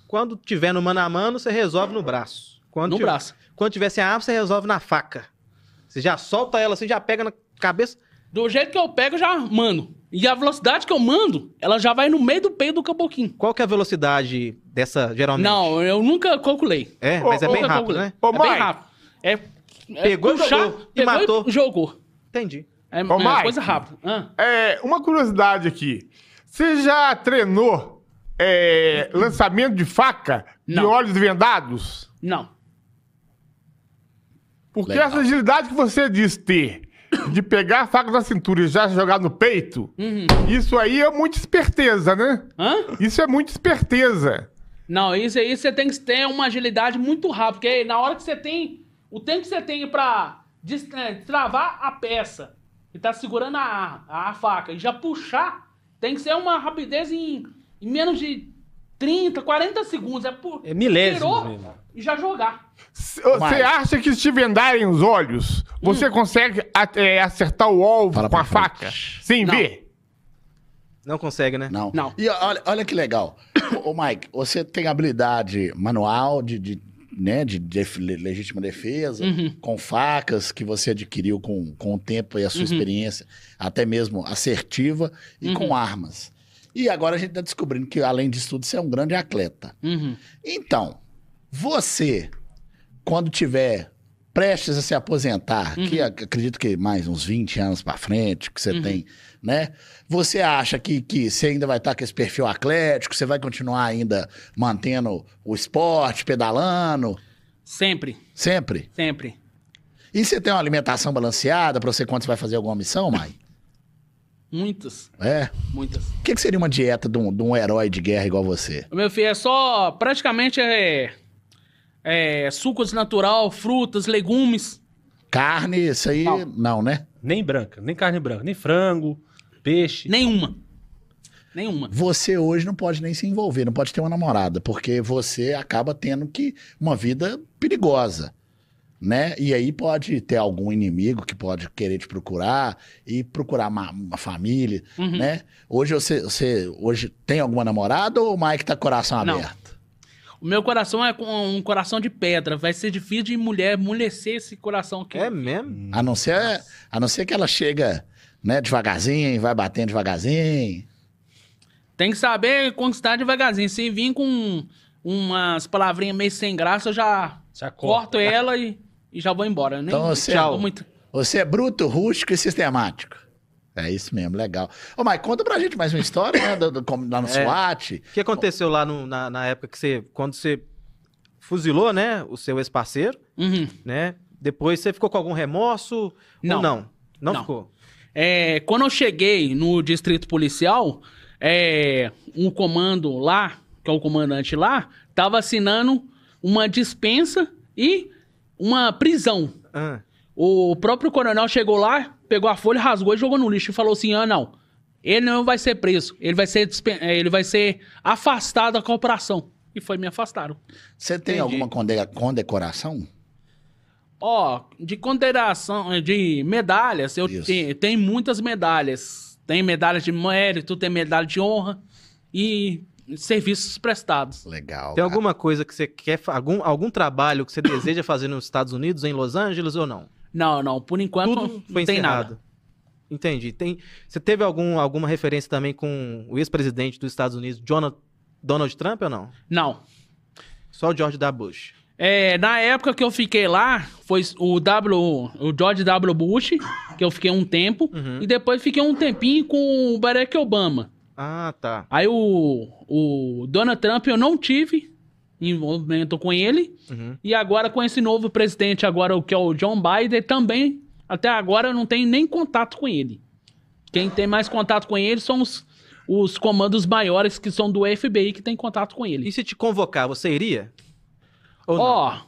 S2: Quando tiver no mano a mano, você resolve no braço. Quando
S4: No
S2: tiver-
S4: braço.
S2: Quando tiver sem arma, você resolve na faca. Você já solta ela assim, já pega na cabeça.
S4: Do jeito que eu pego, eu já mando. E a velocidade que eu mando, ela já vai no meio do peito do caboquinho.
S2: Qual que é a velocidade dessa, geralmente?
S4: Não, eu nunca calculei.
S2: É, mas é
S5: Ô,
S2: bem
S4: Nunca
S2: rápido,
S4: calculei.
S2: né?
S5: Ô,
S4: é bem
S5: Mike.
S4: rápido. É, é
S2: Pegou e jogou. E
S4: pegou
S2: matou.
S4: E jogou.
S2: né? Entendi.
S4: É,
S5: Ô,
S4: é
S5: Mike.
S4: coisa rápida. Ah,
S5: É, uma curiosidade aqui. Você já treinou é, lançamento de faca de
S4: Não.
S5: olhos vendados?
S4: não.
S5: Porque
S1: Legal.
S5: essa agilidade que você diz ter de pegar a faca da cintura e já jogar no peito, isso aí é muita esperteza, né?
S4: Hã?
S5: Isso é muita esperteza.
S4: Não, isso aí você tem que ter uma agilidade muito rápida. Porque na hora que você tem. O tempo que você tem pra des- eh, travar a peça que tá segurando a, a faca e já puxar, tem que ser uma rapidez em, em menos de 30, 40 segundos. É, por,
S3: É milésimo,
S4: tirou
S3: mesmo.
S4: E já jogar.
S5: C- Você
S1: Mas-
S5: acha que se te vendarem os olhos, você consegue a- é, acertar o alvo
S1: Fala
S5: com
S1: pra
S5: a
S1: frente.
S5: faca? Sem
S4: Não.
S5: ver?
S2: Não consegue, né?
S1: Não.
S4: Não.
S1: E olha, olha que legal. [coughs] Ô, ô, Mike, você tem habilidade manual de, de, né, de def- le- legítima defesa, com facas que você adquiriu com, com o tempo e a sua experiência, até mesmo assertiva, e com armas. E agora a gente está descobrindo que, além disso tudo, você é um grande atleta.
S4: Uhum.
S1: Então, você, quando tiver prestes a se aposentar, que ac- acredito que mais uns 20 anos pra frente, que você tem, né? Você acha que, que você ainda vai estar com esse perfil atlético? Você vai continuar ainda mantendo o esporte, pedalando?
S4: Sempre,
S1: Sempre?
S4: sempre.
S1: E você tem uma alimentação balanceada pra você quando você vai fazer alguma missão, mãe?
S4: Muitas,
S1: É.
S4: muitas.
S1: O que, que seria uma dieta de um, de um herói de guerra igual você?
S4: Meu filho, é só praticamente é, é, sucos natural, frutas, legumes.
S1: Carne, isso aí. Não,
S4: Não.
S1: né?
S3: Nem branca, nem carne branca, nem frango, peixe.
S4: Nenhuma. Nenhuma.
S1: Você hoje não pode nem se envolver, não pode ter uma namorada, porque você acaba tendo que uma vida perigosa, né? E aí pode ter algum inimigo que pode querer te procurar e procurar uma, uma família,
S4: Uhum.
S1: né? Hoje você, você hoje tem alguma namorada ou o Mike tá coração
S4: Não.
S1: aberto?
S4: O meu coração é com um coração de pedra. Vai ser difícil de mulher amolecer esse coração aqui.
S2: É mesmo?
S1: A não ser a não ser que ela chega, né, devagarzinho, vai batendo devagarzinho.
S4: Tem que saber conquistar devagarzinho. Se vir com umas palavrinhas meio sem graça, eu já
S3: Já
S4: corto ela e, e já vou embora. Eu Nem
S1: Então
S2: assim,
S1: você-
S4: falo muito.
S1: Você é bruto, rústico e sistemático. É isso mesmo, legal. Ô, Mike, conta pra gente mais uma história, né, do, do, como lá no SWAT.
S2: O que aconteceu lá no- na, na época que você. Quando você fuzilou, né? O seu ex-parceiro,
S4: Uhum.
S2: né? Depois você ficou com algum remorso?
S4: Não.
S2: Ou não? Não,
S4: Não.
S2: ficou.
S4: É, quando eu cheguei no distrito policial, é, um comando lá, que é o comandante lá, tava assinando uma dispensa e uma prisão.
S2: Ah,
S4: O próprio coronel chegou lá, pegou a folha, rasgou e jogou no lixo e falou assim: ah, não, ele não vai ser preso, ele vai ser, dispen- eh, ele vai ser afastado da corporação. E foi, me afastaram.
S1: Você tem
S4: Entendi.
S1: alguma conde- condecoração?
S4: Ó, de consideração, eh, de medalhas, eu
S1: Isso.
S4: te- tenho muitas medalhas. Tem medalha de mérito, tem medalha de honra e serviços prestados.
S1: Legal.
S2: tem
S1: cara.
S2: alguma coisa que você quer. fa- Algum, algum trabalho que você deseja fazer nos Estados Unidos, em Los Angeles ou não?
S4: Não, não, por enquanto
S2: Tudo
S4: não
S2: foi
S4: tem
S2: encerrado.
S4: nada.
S2: Entendi. Tem, você teve algum, alguma referência também com o ex-presidente dos Estados Unidos, Jonald, Donald Trump ou não?
S4: Não.
S2: Só o George W. Bush.
S4: É, na época que eu fiquei lá, foi o W, o George W. Bush, que eu fiquei um tempo,
S2: Uhum.
S4: e depois fiquei um tempinho com o Barack Obama.
S2: Ah, tá.
S4: Aí o, o Donald Trump eu não tive envolvimento com ele,
S2: Uhum.
S4: e agora com esse novo presidente agora, o que é o John Biden, também, até agora eu não tenho nem contato com ele. Quem tem mais contato com ele são os, os comandos maiores que são do FBI que tem contato com ele.
S2: E se te convocar, você iria? Ou não?
S4: Ó,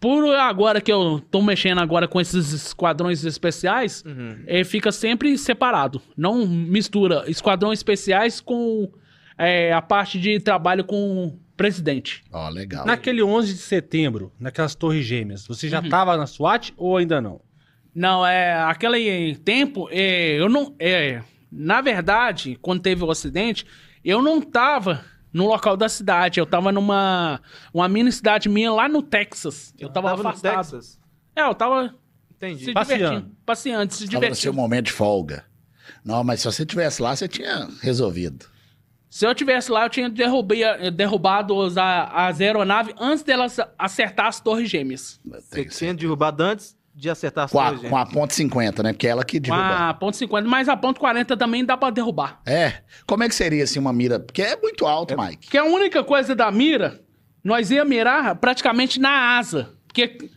S4: por agora que eu tô mexendo agora com esses esquadrões especiais,
S2: Uhum.
S4: eh, fica sempre separado. Não mistura esquadrões especiais com eh, a parte de trabalho com o presidente.
S1: Ó, legal.
S3: Naquele 11 de setembro, naquelas torres gêmeas, você
S4: Uhum.
S3: já tava na SWAT ou ainda não?
S4: Não, é aquele tempo, é, eu não. É, na verdade, quando teve o acidente, eu não tava no local da cidade. Eu tava numa uma mini cidade minha lá no Texas. Eu tava,
S2: Ah, Tava no
S4: afastado.
S2: Texas.
S4: É, eu tava
S2: Entendi.
S4: se
S3: Passeando.
S4: divertindo. Passeando, se
S1: Tava no seu
S4: divertindo.
S1: momento de folga. Não, mas se você tivesse lá, você tinha resolvido.
S4: Se eu tivesse lá, eu tinha derrubei, a- derrubado as, a- as aeronaves antes delas acertar as torres gêmeas.
S1: Tem que
S2: Você tinha
S1: ser.
S2: derrubado antes de acertar as
S1: Com a,
S2: torres, gente.
S1: com a ponto 50, né? Porque é ela que
S4: Com
S1: derruba.
S4: a Ah, ponto 50, mas a ponto 40 também dá pra derrubar.
S1: É. Como é que seria assim uma mira? Porque é muito alto, Mike.
S4: Que a única coisa da mira, nós ia mirar praticamente na asa. Porque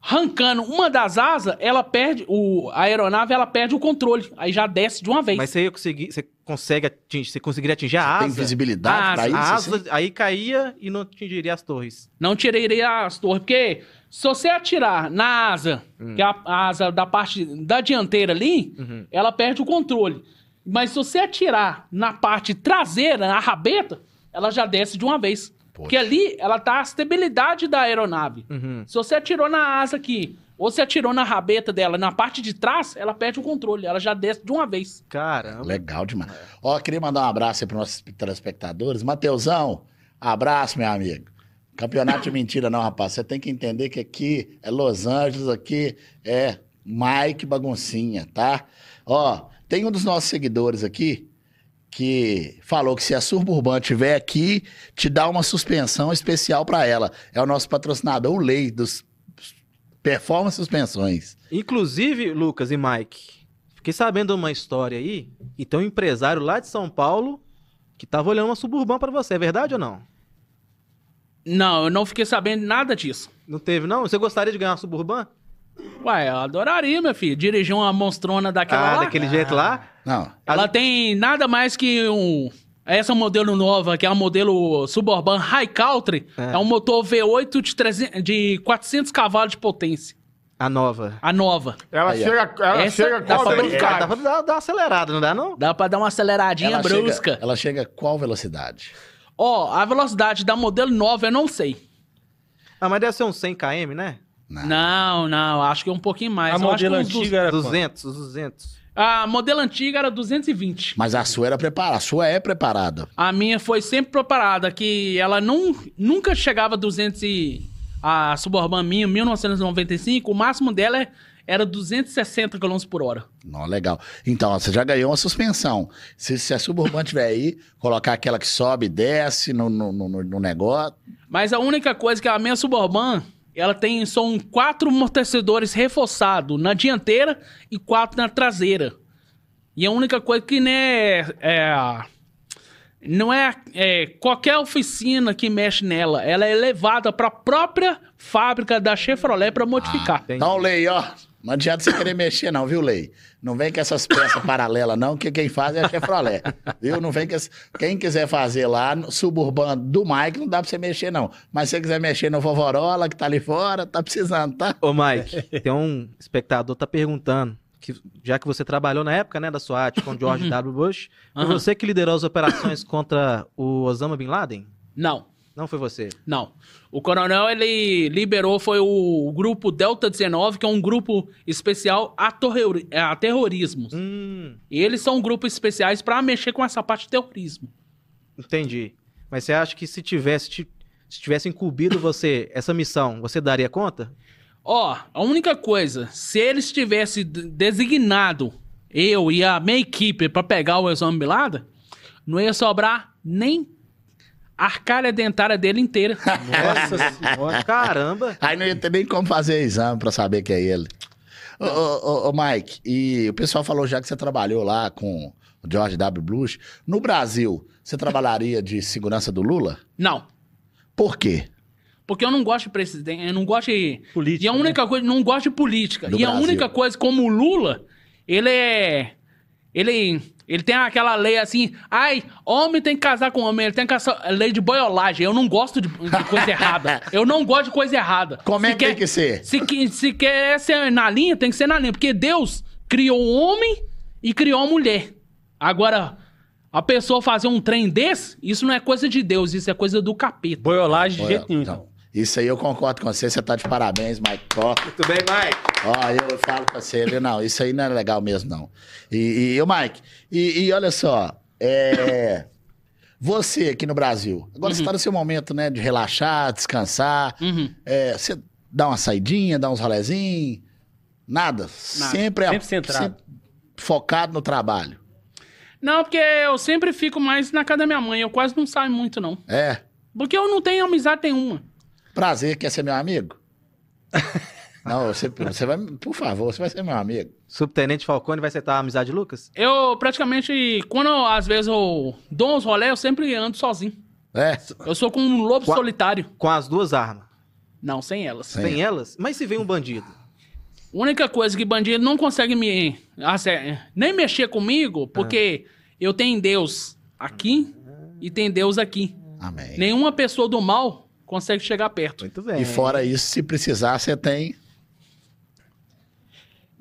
S4: arrancando uma das asas, ela perde, o, a aeronave ela perde o controle. Aí já desce de uma vez.
S2: Mas você ia conseguir, você consegue atingir, você conseguiria atingir a
S1: Tem
S2: asa?
S1: visibilidade
S4: A
S1: pra
S4: asa-
S1: isso?
S2: a
S1: assim?
S2: asa aí caía e não atingiria as torres.
S4: Não tirei as torres, porque se você atirar na asa, que é a, a asa da parte da dianteira ali,
S2: Hum. Uhum.
S4: ela perde o controle. Mas se você atirar na parte traseira, na rabeta, ela já desce de uma vez. Porque ali ela tá a estabilidade da aeronave.
S2: Uhum.
S4: Se você atirou na asa aqui, ou se atirou na rabeta dela, na parte de trás, ela perde o controle, ela já desce de uma vez.
S2: Caramba.
S1: Legal demais. Ó, queria mandar um abraço aí para nossos telespectadores. Mateusão, abraço, meu amigo. Campeonato de mentira, não, rapaz. Você tem que entender que aqui é Los Angeles, aqui é Mike Baguncinha, tá? Ó, tem um dos nossos seguidores aqui que falou que se a Suburban tiver aqui, te dá uma suspensão especial para ela. É o nosso patrocinador, o Lei dos Performance Suspensões.
S2: Inclusive, Lucas e Mike, fiquei sabendo uma história aí, e tem um empresário lá de São Paulo que tava olhando uma suburbana pra você, é verdade ou não?
S4: Não, eu não fiquei sabendo nada disso.
S2: Não teve, não? Você gostaria de ganhar uma suburbana?
S4: Ué, eu adoraria, meu filho, dirigir uma monstrona daquela
S2: ah,
S4: lá.
S2: daquele jeito lá?
S1: Não,
S4: Ela tem nada mais que um. Essa modelo nova, que é a modelo Suburban High Country,
S2: É.
S4: é, um motor V8 de, 300, de 400 cavalos de potência.
S2: A nova.
S4: A nova.
S5: Ela
S1: Aí, ó.
S5: chega, ela
S4: Essa
S5: chega com
S4: dá
S5: a
S4: pra
S2: Cara, dá
S5: velocidade.
S2: pra dar, dar uma acelerada, não dá não?
S4: Dá pra dar uma aceleradinha
S1: ela
S4: brusca.
S1: chega, ela chega a qual velocidade?
S4: Ó, a velocidade da modelo nova eu não sei.
S2: Ah, mas deve ser uns 100 km, né?
S1: Não.
S4: Não, não, acho que é um pouquinho mais.
S3: a
S4: Eu acho
S3: modelo
S4: que uns du-
S3: antiga era quanto?
S2: 200, 200.
S4: A modelo antiga era 220.
S1: Mas a sua era preparada, a sua é preparada.
S4: A minha foi sempre preparada, que ela nun- nunca chegava a 200 e... A Suburban minha, 1995, o máximo dela é- era 260 km por hora.
S1: Não, legal. Então, ó, você já ganhou uma suspensão. Se, se a suburban tiver aí, colocar aquela que sobe e desce no, no, no- no negócio.
S4: Mas a única coisa é que a minha Suburban, ela tem são quatro amortecedores reforçados na dianteira e quatro na traseira. E a única coisa que né é não é, é, qualquer oficina que mexe nela, ela é levada para a própria fábrica da Chevrolet para modificar.
S2: tem.
S1: Então, Lei, ó. Não adianta você querer mexer, não, viu, Lei? Não vem com essas peças paralelas, não, que quem faz é a Chevrolet. viu? Não vem com esse... Quem quiser fazer lá, no suburban do Mike, não dá pra você mexer, não. Mas se você quiser mexer no Vovorola, que tá ali fora, tá precisando, tá?
S2: Ô, Mike, tem um espectador tá perguntando, que, já que você trabalhou na época, né, da SWAT com o George W. Bush, foi
S4: Aham.
S2: você que liderou as operações contra o Osama Bin Laden?
S4: Não,
S2: Não foi você.
S4: não. O coronel ele liberou foi o grupo Delta 19, que é um grupo especial a, torreori- a terrorismo.
S2: Hum,
S4: E eles são grupos especiais pra mexer com essa parte de terrorismo.
S2: entendi. Mas você acha que se tivesse, ti- se tivesse incumbido você essa missão, você daria conta?
S4: Ó, a única coisa, se eles tivessem d- designado eu e a minha equipe pra pegar o Osama Bin Laden, não ia sobrar nem a arcária dentária dele inteira.
S2: Nossa senhora, caramba.
S1: Aí não ia ter nem como fazer exame pra saber que é ele. Ô, ô, ô, ô, Mike, e o pessoal falou já que você trabalhou lá com o George W. Bush. No Brasil, você trabalharia de segurança do Lula?
S4: Não.
S1: Por quê?
S4: Porque eu não gosto de presidente, eu não gosto de.
S3: Política,
S4: e a
S3: né?
S4: única coisa, não gosto de política.
S1: Do
S4: e a
S1: Brasil.
S4: única coisa, como o Lula, ele é. Ele, ele tem aquela lei assim, ai, homem tem que casar com homem, ele tem que casar, É lei de boiolagem. Eu não gosto de, de
S1: [laughs]
S4: coisa errada. Eu não gosto de coisa errada.
S1: Como é
S4: Se
S1: que
S4: quer-
S1: tem que ser?
S4: Se, que- se quer ser na linha, tem que ser na linha. Porque Deus criou o homem e criou a mulher. Agora, a pessoa fazer um trem desse, isso não é coisa de Deus, isso é coisa do capeta.
S3: Boiolagem de
S1: Olha,
S3: jeito nenhum.
S1: então, Isso aí eu concordo com você, você tá de parabéns, Mike. Ó,
S2: Muito bem, Mike.
S1: Ó, eu falo pra você, viu? não, isso aí não é legal mesmo, não. E, e ô, Mike, e, e olha só, é, você aqui no Brasil,
S3: Uhum.
S1: agora você tá no seu momento, né, de relaxar, descansar,
S4: Uhum.
S1: é, você dá uma saidinha, dá uns rolezinhos, nada, sempre, é-
S3: Sempre centrado.
S1: focado no trabalho,
S4: Não, porque eu sempre fico mais na casa da minha mãe. Eu quase não saio muito, não.
S1: é,
S4: Porque eu não tenho amizade nenhuma.
S1: prazer, quer ser meu amigo? Não, você, você vai, por favor, você vai ser meu amigo.
S2: Subtenente Falcone vai aceitar a amizade de Lucas?
S4: Eu praticamente, quando eu, às vezes eu dou uns rolé, eu sempre ando sozinho.
S1: É,
S4: Eu sou como um lobo
S2: Qua-
S4: solitário.
S2: Com as duas armas.
S4: Não, sem elas.
S1: Sem
S2: Sem elas? Mas se vem um bandido?
S4: Única coisa que bandido não consegue me. ace- nem mexer comigo, porque eu tenho Deus aqui e tem Deus aqui.
S1: amém.
S4: Nenhuma pessoa do mal consegue chegar perto.
S2: Muito bem.
S1: E fora isso, se precisar, você tem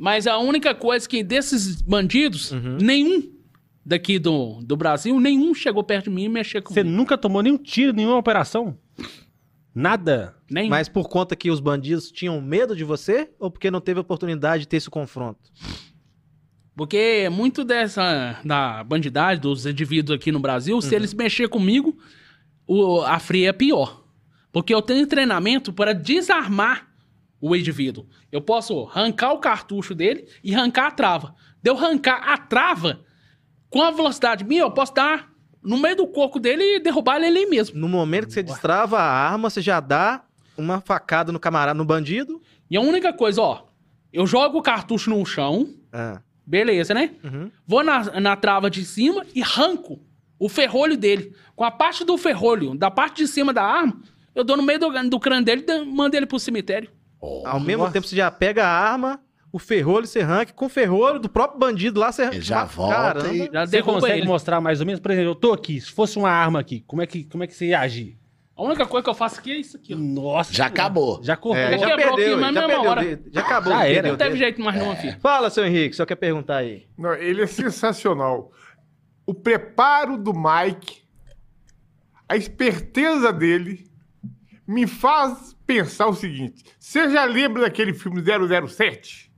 S4: Mas a única coisa que desses bandidos, nenhum daqui do, do Brasil, nenhum chegou perto de mim e mexeu
S3: Você
S4: comigo.
S3: nunca tomou nenhum tiro, nenhuma operação? Nada.
S4: Nenhum.
S2: Mas por conta que os bandidos tinham medo de você ou porque não teve oportunidade de ter esse confronto?
S4: Porque muito dessa da bandidagem dos indivíduos aqui no Brasil, se eles mexer comigo, o- a fria é pior. Porque eu tenho treinamento para desarmar o indivíduo. Eu posso arrancar o cartucho dele e arrancar a trava. De eu arrancar a trava, com a velocidade minha, eu posso dar no meio do corpo dele e derrubar ele ali mesmo.
S2: No momento que você destrava a arma, você já dá uma facada no camarada, no bandido.
S4: E a única coisa, ó, eu jogo o cartucho no chão,
S2: Ah,
S4: beleza, né?
S2: uhum.
S4: Vou na, na trava de cima e arranco o ferrolho dele. Com a parte do ferrolho, da parte de cima da arma, eu dou no meio do, do crânio dele e dan- mando ele pro cemitério.
S2: Ao mesmo tempo, você já pega a arma, o ferrolho você arranca, com o ferrolho do próprio bandido lá você
S1: Ele já
S2: Ah,
S1: volta
S2: caramba.
S1: e-
S4: Já
S3: Você
S4: derruba
S3: consegue
S4: ele.
S3: mostrar mais ou menos? Por exemplo, eu tô aqui, se fosse uma arma aqui, como é que, como é que você ia agir?
S4: A única coisa que eu faço aqui é isso aqui, ó.
S3: Nossa.
S1: Já acabou.
S3: Já cortou.
S2: É, já
S4: Quebrou aqui,
S2: perdeu,
S4: mas
S2: já
S4: na mesma
S2: perdeu, o
S4: hora.
S2: dedo, já acabou,
S3: Já era.
S2: perdeu
S4: Não
S2: o
S4: teve
S2: dedo.
S4: jeito mais não, filho.
S2: Fala, seu Henrique, só quer perguntar aí.
S5: Não, ele é sensacional. O preparo do Mike, a esperteza dele, me faz pensar o seguinte: você já lembra daquele filme 007?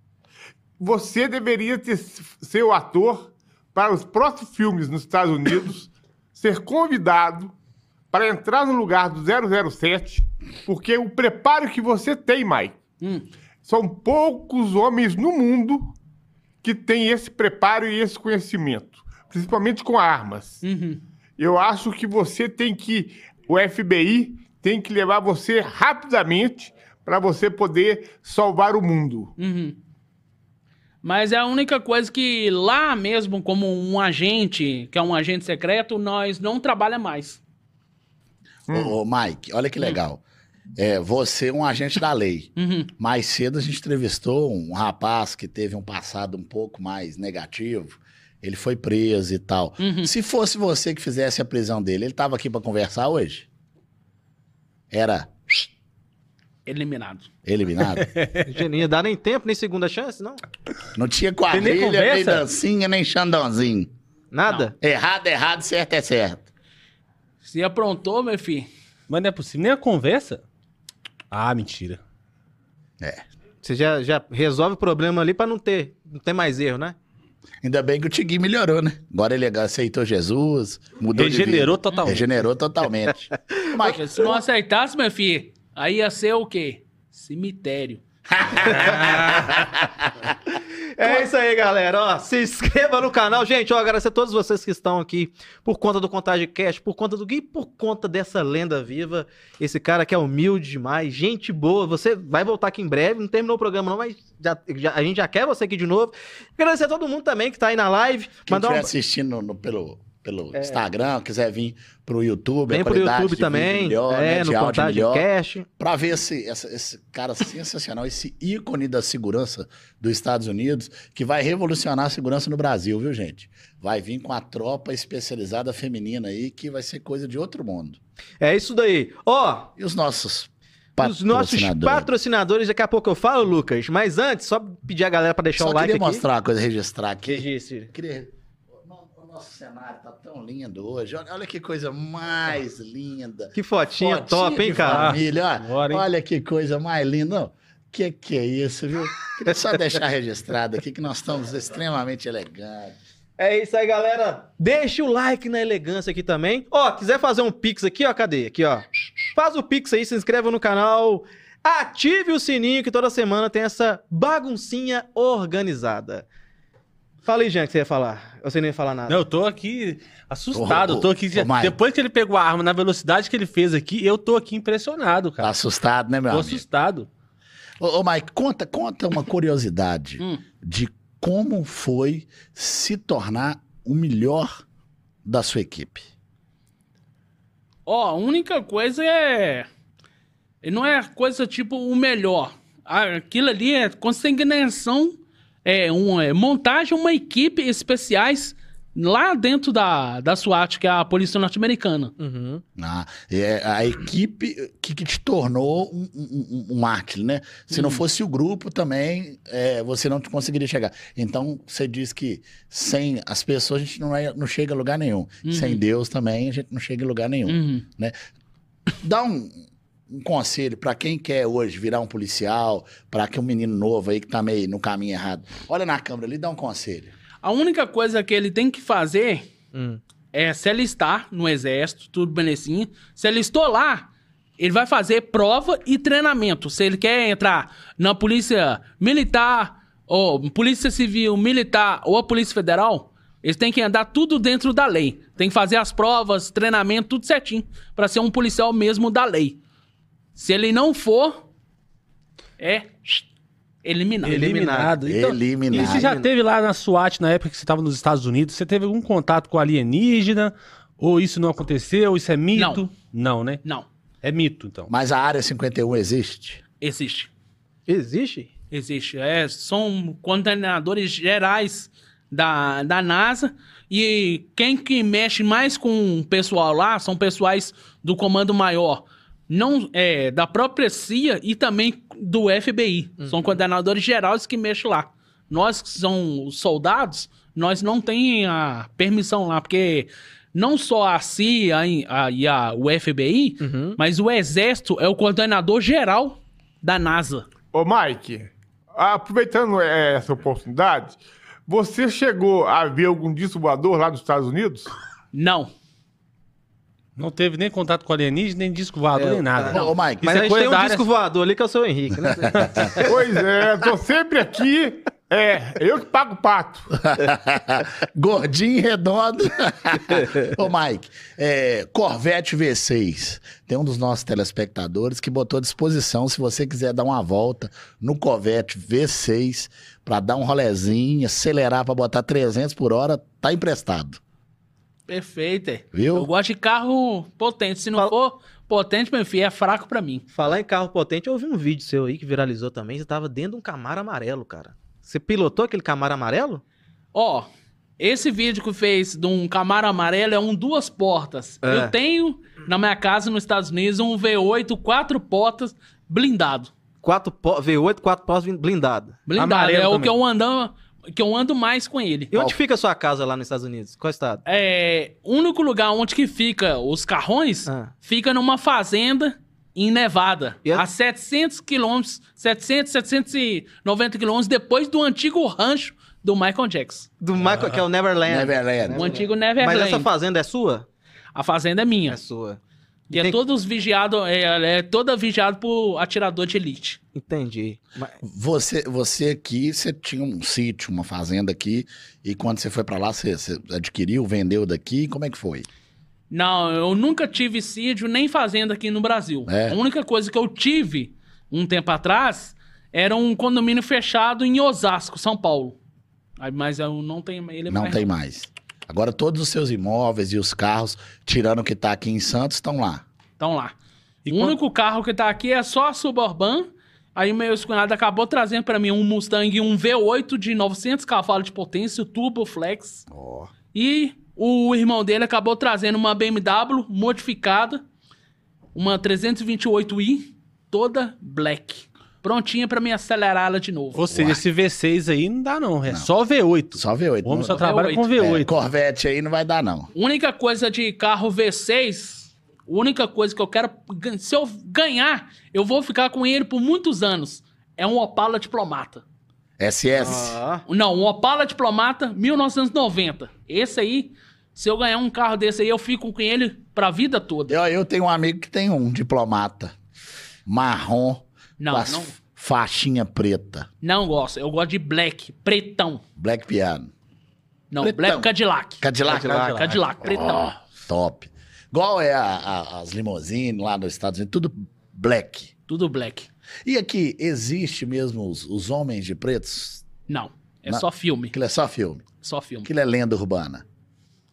S5: Você deveria ter, ser o ator para os próximos filmes nos Estados Unidos, [coughs] ser convidado para entrar no lugar do 007, porque o preparo que você tem, Mike,
S4: Hum.
S5: são poucos homens no mundo que tem esse preparo e esse conhecimento, principalmente com armas.
S4: Uhum.
S5: Eu acho que você tem que, o FBI tem que levar você rapidamente para você poder salvar o mundo.
S4: Uhum. Mas é a única coisa que lá mesmo, como um agente, que é um agente secreto, nós não trabalha mais.
S1: Ô, ô, Mike, olha que legal. É, você é um agente da lei.
S4: Uhum.
S1: Mais cedo a gente entrevistou um rapaz que teve um passado um pouco mais negativo. Ele foi preso e tal.
S4: Uhum.
S1: Se fosse você que fizesse a prisão dele, ele tava aqui pra conversar hoje? Era
S4: Eliminado.
S1: eliminado?
S3: [laughs]
S2: Não ia dar nem tempo, nem segunda chance, não?
S1: Não tinha
S3: Tem nem
S1: quadrilha,
S3: conversa?
S1: nem, dancinha, nem xandãozinho.
S2: Nada?
S1: Errado, é errado, certo é certo.
S4: Se aprontou, meu filho.
S3: Mas não é possível. Nem a conversa. Ah, mentira.
S2: Você já, já resolve o problema ali pra não ter, não ter mais erro, né?
S1: Ainda bem que o Tigui melhorou, né? Agora ele aceitou Jesus, mudou
S3: Regenerou
S1: de vida.
S3: totalmente.
S1: Regenerou totalmente. Mike,
S4: Se não aceitasse, meu filho,
S3: Ah,
S4: aí ia ser o quê? Cemitério.
S1: Então,
S2: É isso aí, galera. Ó, se inscreva no canal. Gente, ó, agradecer a todos vocês que estão aqui por conta do Contagem Cash, por conta do Gui, por conta dessa lenda viva. Esse cara que é humilde demais, gente boa. Você vai voltar aqui em breve. Não terminou o programa, não, mas já- já- a gente já quer você aqui de novo. Agradecer a todo mundo também que tá aí na live.
S1: Quem assim,
S2: Mandar
S1: estiver
S2: um
S1: assistindo no- pelo, pelo Instagram, quiser vir pro YouTube,
S2: bem
S1: a
S2: pro
S1: qualidade
S2: YouTube
S1: de vídeo
S2: também.
S1: melhor,
S2: é,
S1: né,
S2: no
S1: de áudio
S2: Contagem
S1: melhor.
S2: Cash.
S1: Pra ver esse, essa- esse cara sensacional, esse ícone da segurança dos Estados Unidos, que vai revolucionar a segurança no Brasil, viu, gente? Vai vir com a tropa especializada feminina aí, que vai ser coisa de outro mundo.
S2: É isso daí. Ó,
S1: E os nossos
S2: Os nossos
S1: patrocinadores?
S2: patrocinadores, daqui a pouco eu falo, Lucas. Mas antes, só pedir a galera pra deixar
S1: Só
S2: o like
S1: queria
S2: aqui.
S1: mostrar uma coisa, registrar aqui.
S2: Registre.
S1: Queria... O nosso cenário tá tão lindo hoje. Olha, olha que coisa mais linda.
S2: Que fotinha
S1: Fotinha
S2: top, hein,
S1: de
S2: cara?
S1: Família, ó.
S3: Agora, hein?
S1: Olha que coisa mais linda. Não, Que que é isso, viu? Queria só deixar registrado aqui que nós estamos extremamente elegantes.
S2: É isso aí, galera. Deixa o like na elegância aqui também. Ó, quiser fazer um pix aqui, ó, cadê? Aqui, ó. Faz o pix aí, se inscreva no canal. Ative o sininho que toda semana tem essa baguncinha organizada. Fala aí, Jean, que você ia falar. Eu sei nem falar nada.
S3: Não, eu tô aqui assustado.
S1: Ô,
S3: eu tô aqui.
S1: ô, ô, Maicon.
S3: depois que ele pegou a arma na velocidade que ele fez aqui, eu tô aqui impressionado,
S1: Tá
S3: cara.
S1: assustado, né, meu
S3: tô
S1: amigo?
S3: assustado.
S1: Ô, ô, Mike, conta, conta uma curiosidade
S4: Hum.
S1: de como foi se tornar o melhor da sua equipe.
S4: Ó, a única coisa é. Não é coisa tipo o melhor. Ah, Aquilo ali é consignação, é, um, é montagem, uma equipe especiais lá dentro da, da SWAT, que é a Polícia Norte-Americana.
S2: Uhum.
S1: Ah, é a equipe que, que te tornou um, um, um- um mártir, né? Se
S4: Uhum.
S1: não fosse o grupo também, é, você não conseguiria chegar. Então, você diz que sem as pessoas a gente não, é- não chega a lugar nenhum.
S4: Uhum.
S1: Sem Deus também a gente não chega a lugar nenhum.
S4: Uhum.
S1: Dá um, um conselho para quem quer hoje virar um policial, para que um menino novo aí que tá meio no caminho errado. Olha na câmera ali, dá um conselho.
S4: A única coisa que ele tem que fazer
S2: Hum.
S4: é se alistar no exército, tudo belezinha. Se alistou lá, ele vai fazer prova e treinamento. Se ele quer entrar na polícia militar, ou polícia civil, militar ou a polícia federal, eles têm que andar tudo dentro da lei. Tem que fazer as provas, treinamento, tudo certinho, pra ser um policial mesmo da lei. Se ele não for, é eliminado.
S2: Eliminado.
S4: Então,
S3: Então,
S1: Eliminado.
S3: E você já teve lá na SWAT, na época que você estava nos Estados Unidos, você teve algum contato com alienígena? Ou isso não aconteceu? Isso é mito? Não, né?
S4: Não,
S3: É mito, então.
S1: Mas a área 51 existe?
S4: existe.
S2: Existe?
S4: Existe. É, são contaminadores gerais da, da NASA. E quem que mexe mais com o pessoal lá são pessoais do Comando Maior. Não, é, da própria CIA e também do FBI. São condenadores gerais que mexem lá. Nós que são os soldados, nós não tem a permissão lá, porque não só a CIA e a, e a- o FBI,
S2: Uhum.
S4: mas o Exército é o coordenador geral da NASA.
S5: Ô, Mike, aproveitando é, essa oportunidade, você chegou a ver algum disco voador lá nos Estados Unidos?
S4: Não.
S3: Não teve nem contato com alienígena, nem disco voador,
S2: É,
S3: nem nada.
S2: tá.
S1: Ô, ô, Mike,
S2: Mas
S3: é
S2: a gente
S3: coisa
S2: tem um
S3: da área-
S2: disco voador ali que é o seu Henrique, né? [laughs]
S5: pois é, tô sempre aqui. É, eu que pago o pato.
S1: [laughs] Gordinho e redondo. Ô, Mike, é, Corvette V6. Tem um dos nossos telespectadores que botou à disposição, se você quiser dar uma volta no Corvette V6 pra dar um rolezinho, acelerar pra botar 300 por hora, tá emprestado.
S4: Perfeito. é.
S1: Viu?
S4: Eu gosto de carro potente. Se não
S2: Fala-
S4: for potente, meu filho, é fraco pra mim.
S2: Falar em carro potente, eu vi um vídeo seu aí que viralizou também. Você tava dentro de um Camaro amarelo, cara. Você pilotou aquele Camaro amarelo?
S4: Ó, esse vídeo que fez de um Camaro amarelo é um duas portas.
S2: É.
S4: Eu tenho na minha casa nos Estados Unidos um V8 quatro portas blindado.
S2: Quatro po- V8, quatro pós blindado.
S4: Blindado
S3: Amarelo
S4: é o
S3: também.
S4: que eu ando que eu ando mais com ele.
S2: E onde fica a sua casa lá nos Estados Unidos? Qual estado?
S4: É, o único lugar onde que fica os carrões
S2: Ah.
S4: fica numa fazenda em Nevada,
S2: E é-
S4: a 700 quilômetros, 700, 790 quilômetros depois do antigo rancho do Michael Jackson.
S2: Do Michael, que é o
S1: Né,
S2: Neverland.
S1: Neverland.
S4: O antigo
S2: Mas
S4: Ah. Neverland.
S2: essa fazenda é sua?
S4: A fazenda é minha.
S2: sua.
S4: E é
S2: Tem-
S4: todos vigiado, é, ela é toda vigiada por atirador de elite.
S2: Entendi. Mas-
S1: Você, você aqui, você tinha um sítio, uma fazenda aqui, e quando você foi pra lá, você, você adquiriu, vendeu daqui, como é que foi?
S4: Não, eu nunca tive sítio nem fazenda aqui no Brasil.
S1: É.
S4: A única coisa que eu tive um tempo atrás era um condomínio fechado em Osasco, São Paulo. Aí, Mas eu não tenho. Ele é
S1: Não
S4: mais-
S1: tem mais. Agora todos os seus imóveis e os carros, tirando o que tá aqui em Santos, estão lá.
S4: Então lá. o único carro que tá aqui é só a Suburban. Aí o meu cunhado acabou trazendo pra mim um Mustang, um V8 de 900 cavalos de potência, o Turbo Flex. E o irmão dele acabou trazendo uma BMW modificada, uma 328i, toda black. Prontinha pra me acelerar ela de novo.
S3: Ou seja,
S1: Uai.
S3: esse V6 aí não dá, não. É
S1: Não.
S3: só V8.
S1: Só V8.
S3: o homem só
S1: não-
S3: trabalha com
S1: é,
S3: V8.
S1: Corvette aí não vai dar, não.
S4: Única coisa de carro V6, única coisa que eu quero. gan- Se eu ganhar, eu vou ficar com ele por muitos anos. É um Opala Diplomata.
S1: SS.
S2: Ah,
S4: Não, um Opala Diplomata 1990. Esse aí, se eu ganhar um carro desse aí, eu fico com ele pra vida toda.
S1: Eu, eu tenho um amigo que tem um diplomata. Marrom.
S4: Não,
S1: com as
S4: não.
S1: faixinha preta.
S4: Não gosto. Eu gosto de black, pretão.
S1: Black piano.
S4: Não,
S1: Pretão.
S4: black Cadillac.
S1: Cadillac. né?
S4: Cadillac, Cadillac, pretão.
S1: Ó, top. Igual é a- a- as limousines lá nos Estados Unidos, tudo black.
S4: Tudo black.
S1: E aqui, existe mesmo os, os homens de pretos?
S4: Não, é
S1: Não.
S4: só filme.
S1: Aquilo é só filme.
S4: Só filme.
S1: Aquilo é lenda urbana.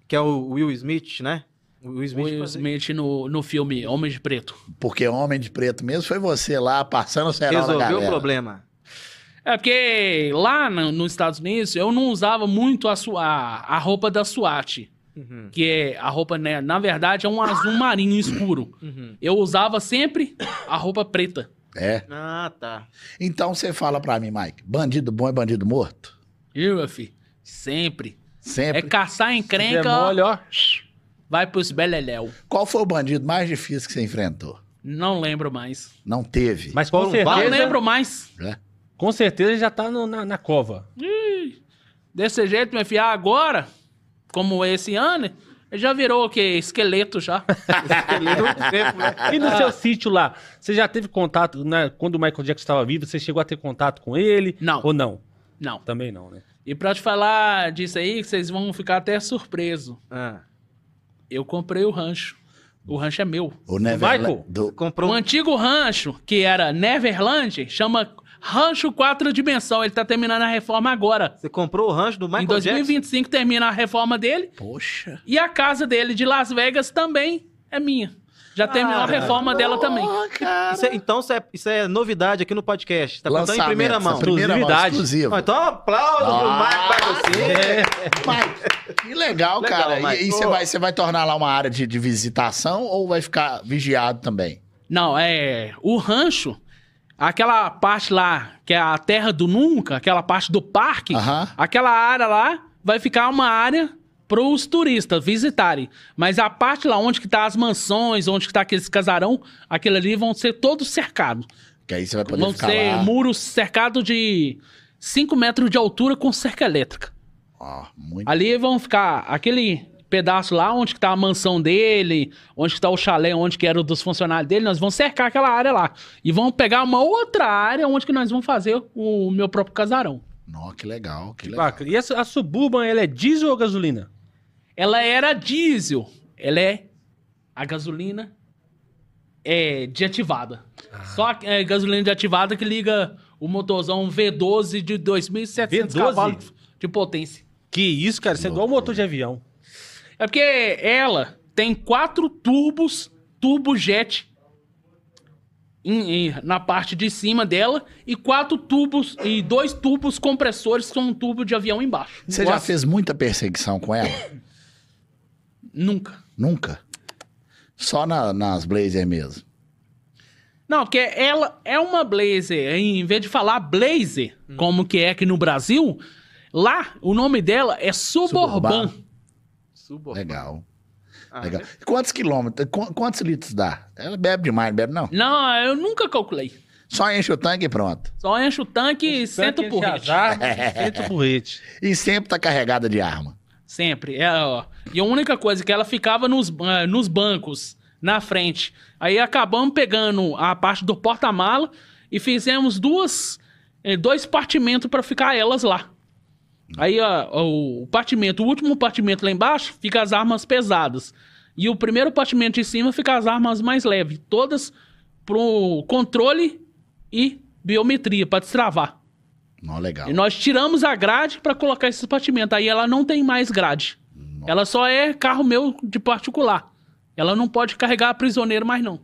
S2: que é o Will Smith, né? O Will Smith.
S4: Will
S2: fazia-
S4: Smith no, no filme Homem de Preto.
S1: Porque homem de preto mesmo foi você lá passando o cerol na
S2: Resolveu
S1: galera.
S2: o problema.
S4: É porque lá no- nos Estados Unidos eu não usava muito a, sua, a roupa da SWAT,
S2: Uhum,
S4: que é a roupa, né, na verdade, é um azul marinho escuro.
S2: uhum.
S4: Eu usava sempre a roupa preta.
S1: É.
S2: Ah, tá.
S1: Então você fala pra mim, Mike, bandido bom é bandido morto?
S4: Viu, meu filho? Sempre. É
S1: Sempre.
S4: caçar encrenca,
S3: É mole, ó.
S4: vai pros beleléu.
S1: Qual foi o bandido mais difícil que você enfrentou?
S4: Não lembro mais.
S1: Não teve.
S3: Mas com
S2: Foram vários,
S4: Não
S3: certeza,
S4: lembro mais.
S1: né?
S3: com certeza já tá no- na, na cova.
S4: Desse jeito, meu filho, agora, como esse ano, já virou o quê?
S2: [laughs]
S4: Esqueleto já.
S3: E no seu sítio lá, você já teve contato, né, quando o Michael Jackson estava vivo, você chegou a ter contato com ele?
S4: Não.
S3: Ou não?
S4: Não.
S3: Também não, né?
S4: E pra te falar disso aí, que vocês vão ficar até surpreso.
S2: Ah.
S4: Eu comprei o rancho. O rancho é meu.
S1: O Neverla-
S3: Michael?
S1: do-
S4: O
S2: Comprou um.
S4: antigo rancho, que era Neverland, chama Rancho 4 Dimensão. Ele tá terminando a reforma agora.
S2: Você comprou o rancho do Michael
S4: em
S2: Jackson?
S4: 2025 termina a reforma dele.
S1: Poxa.
S4: E a casa dele de Las Vegas também é minha. Já terminou a
S2: Caralho.
S4: reforma dela também.
S2: Isso é- então isso é, isso é novidade aqui no podcast. Tá contando em
S1: Lançamento,
S2: primeira
S1: essa
S2: mão.
S1: Primeira mão
S3: Exclusividade.
S1: exclusiva.
S2: Ó, então aplausos pro Michael
S1: Ah,
S2: pra você.
S4: É.
S1: Mike, que legal,
S2: Legal,
S1: cara. E-
S2: Mike.
S1: E, você,
S2: Ô.
S1: vai, você vai tornar lá uma área de, de visitação ou vai ficar vigiado também?
S4: Não, é. O rancho, aquela parte lá, que é a terra do nunca, aquela parte do parque,
S1: Aham.
S4: aquela área lá vai ficar uma área para os turistas visitarem. Mas a parte lá onde que tá as mansões, onde que tá aqueles casarão, aquilo ali vão ser todos cercados.
S1: Que aí você vai poder
S4: Vão
S1: ficar
S4: ser
S1: lá.
S4: muros cercados de 5 metros de altura com cerca elétrica.
S1: Ó, muito...
S4: Ali vão ficar aquele pedaço lá onde que tá a mansão dele, onde que tá o chalé, onde que era o dos funcionários dele, nós vamos cercar aquela área lá. E vamos pegar uma outra área onde que nós vamos fazer o meu próprio casarão.
S1: Nó, que legal, que legal.
S3: Bacana. E essa- a Suburban, ela é diesel ou gasolina?
S4: Ela era diesel. Ela é a gasolina é desativada. Só a é, gasolina desativada que liga o motorzão V12 de 2.700
S3: V12?
S4: cavalos de potência.
S3: Que isso, cara? Isso é igual o motor de avião.
S4: É porque ela tem quatro turbos, turbojet em- em- na parte de cima dela e quatro tubos e dois tubos compressores com um tubo de avião embaixo.
S1: Você já fez muita perseguição com ela?
S4: Nunca.
S1: Nunca? Só na- nas Blazer mesmo.
S4: Não, porque ela é uma blazer. Em vez de falar blazer, como que é aqui no Brasil, lá o nome dela é Suburban.
S1: Suburban. Legal. legal. Quantos quilômetros, qu- quantos litros dá? Ela bebe demais, não bebe não.
S4: Não, eu nunca calculei.
S1: Só enche o tanque e pronto.
S4: Só enche o tanque e senta o porrete.
S1: [laughs]
S3: Senta o porrete.
S1: E sempre tá carregada de arma.
S4: é Sempre. É, ó. E a única coisa que ela ficava eh, nos, ban- nos bancos na frente. Aí acabamos pegando a parte do porta-mala e fizemos duas, eh, dois partimentos para ficar elas lá. Aí ó, o partimento, o último partimento lá embaixo, fica as armas pesadas. E o primeiro partimento de cima fica as armas mais leves, todas pro controle e biometria para destravar.
S1: Não, legal.
S4: E nós tiramos a grade para colocar esses partimentos. Aí ela não tem mais grade. Ela só é carro meu de particular. Ela não pode carregar prisioneiro mais não.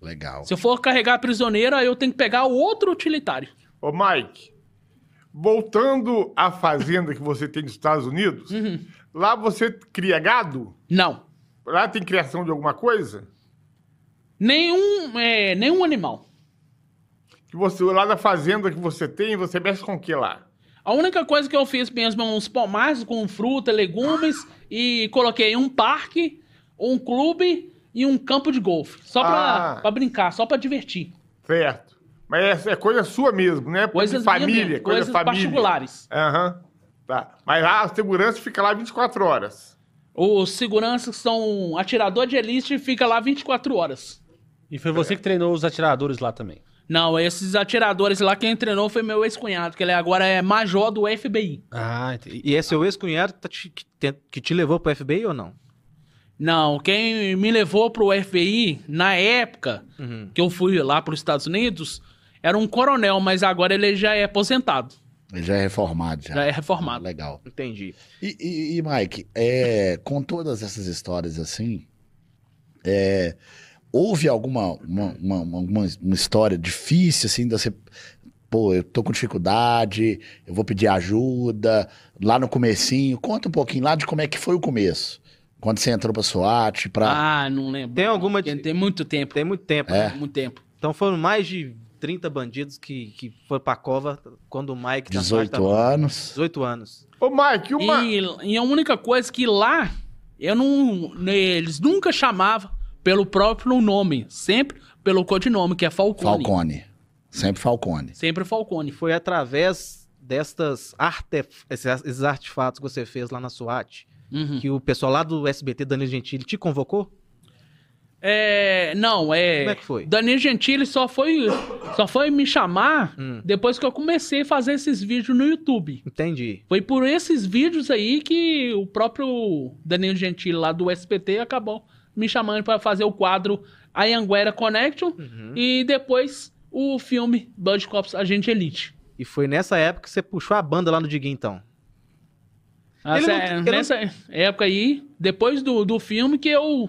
S1: Legal.
S4: Se eu for carregar prisioneiro, aí eu tenho que pegar o outro utilitário.
S5: Ô, Mike, voltando à fazenda que você tem nos Estados Unidos,
S4: Uhum.
S5: lá você cria gado?
S4: Não.
S5: Lá tem criação de alguma coisa?
S4: Nenhum, é, nenhum animal.
S5: Que você, lá na fazenda que você tem, você mexe com o que lá?
S4: A única coisa que eu fiz mesmo é uns pomares com fruta, legumes e coloquei um parque, um clube e um campo de golfe. Só pra,
S5: Ah.
S4: pra brincar, só pra divertir.
S5: Certo. Mas é, é coisa sua mesmo, né? Porque
S4: Coisas minhas
S5: família,
S4: mesmo,
S5: coisa
S4: coisas
S5: família.
S4: particulares.
S5: Aham. Tá. Mas lá a segurança fica lá 24 horas.
S4: Os seguranças são atirador de elite e fica lá 24 horas.
S3: E foi você que treinou os atiradores lá também.
S4: Não, esses atiradores lá quem treinou foi meu ex-cunhado, que ele agora é major do FBI.
S3: Ah, entendi.
S2: E é seu ex-cunhado que tá te- que, te, que te levou pro FBI ou não?
S4: Não, quem me levou pro FBI na época que eu fui lá pros Estados Unidos era um coronel, mas agora ele já é aposentado.
S1: Ele já é reformado. Já,
S4: Já é reformado.
S1: Legal.
S2: Entendi.
S1: E, e- e, Mike, é, com todas essas histórias assim, é, houve alguma uma, uma, uma- uma- uma história difícil, assim, da você, pô, eu tô com dificuldade, eu vou pedir ajuda, lá no comecinho, conta um pouquinho lá de como é que foi o começo, quando você entrou pra SWAT, pra...
S4: Ah, não lembro.
S2: Tem alguma de-
S4: Tem, tem muito tempo.
S2: Tem muito tempo.
S1: É.
S4: Tem muito tempo.
S2: Então foram mais de 30 bandidos que, que foram pra cova quando o Mike... tá-
S1: 18
S2: tá-
S1: anos.
S2: 18 anos.
S5: Ô, Mike, uma.
S4: E, e a única coisa que lá, eu não. né, Eles nunca chamavam pelo próprio nome. Sempre pelo codinome, que é Falcone.
S1: Falcone. Sempre Falcone.
S4: Sempre
S2: E
S4: Falcone.
S2: foi através destas artef... esses esses artefatos que você fez lá na SWAT
S4: Uhum.
S2: que o pessoal lá do SBT, Danilo Gentili, te convocou?
S4: É, não, é.
S2: Como é que foi?
S4: Danilo Gentili só foi, só foi me chamar
S2: Hum.
S4: depois que eu comecei a fazer esses vídeos no YouTube.
S2: Entendi.
S4: Foi por esses vídeos aí que o próprio Danilo Gentili lá do SPT acabou me chamando para fazer o quadro Anhanguera Connection
S2: Uhum.
S4: e depois o filme Blood Cops Agente Elite.
S2: E foi nessa época que você puxou a banda lá no Diguinho, então. Ele
S4: Essa-
S2: não- ele não-
S4: nessa época aí, depois do, do filme que eu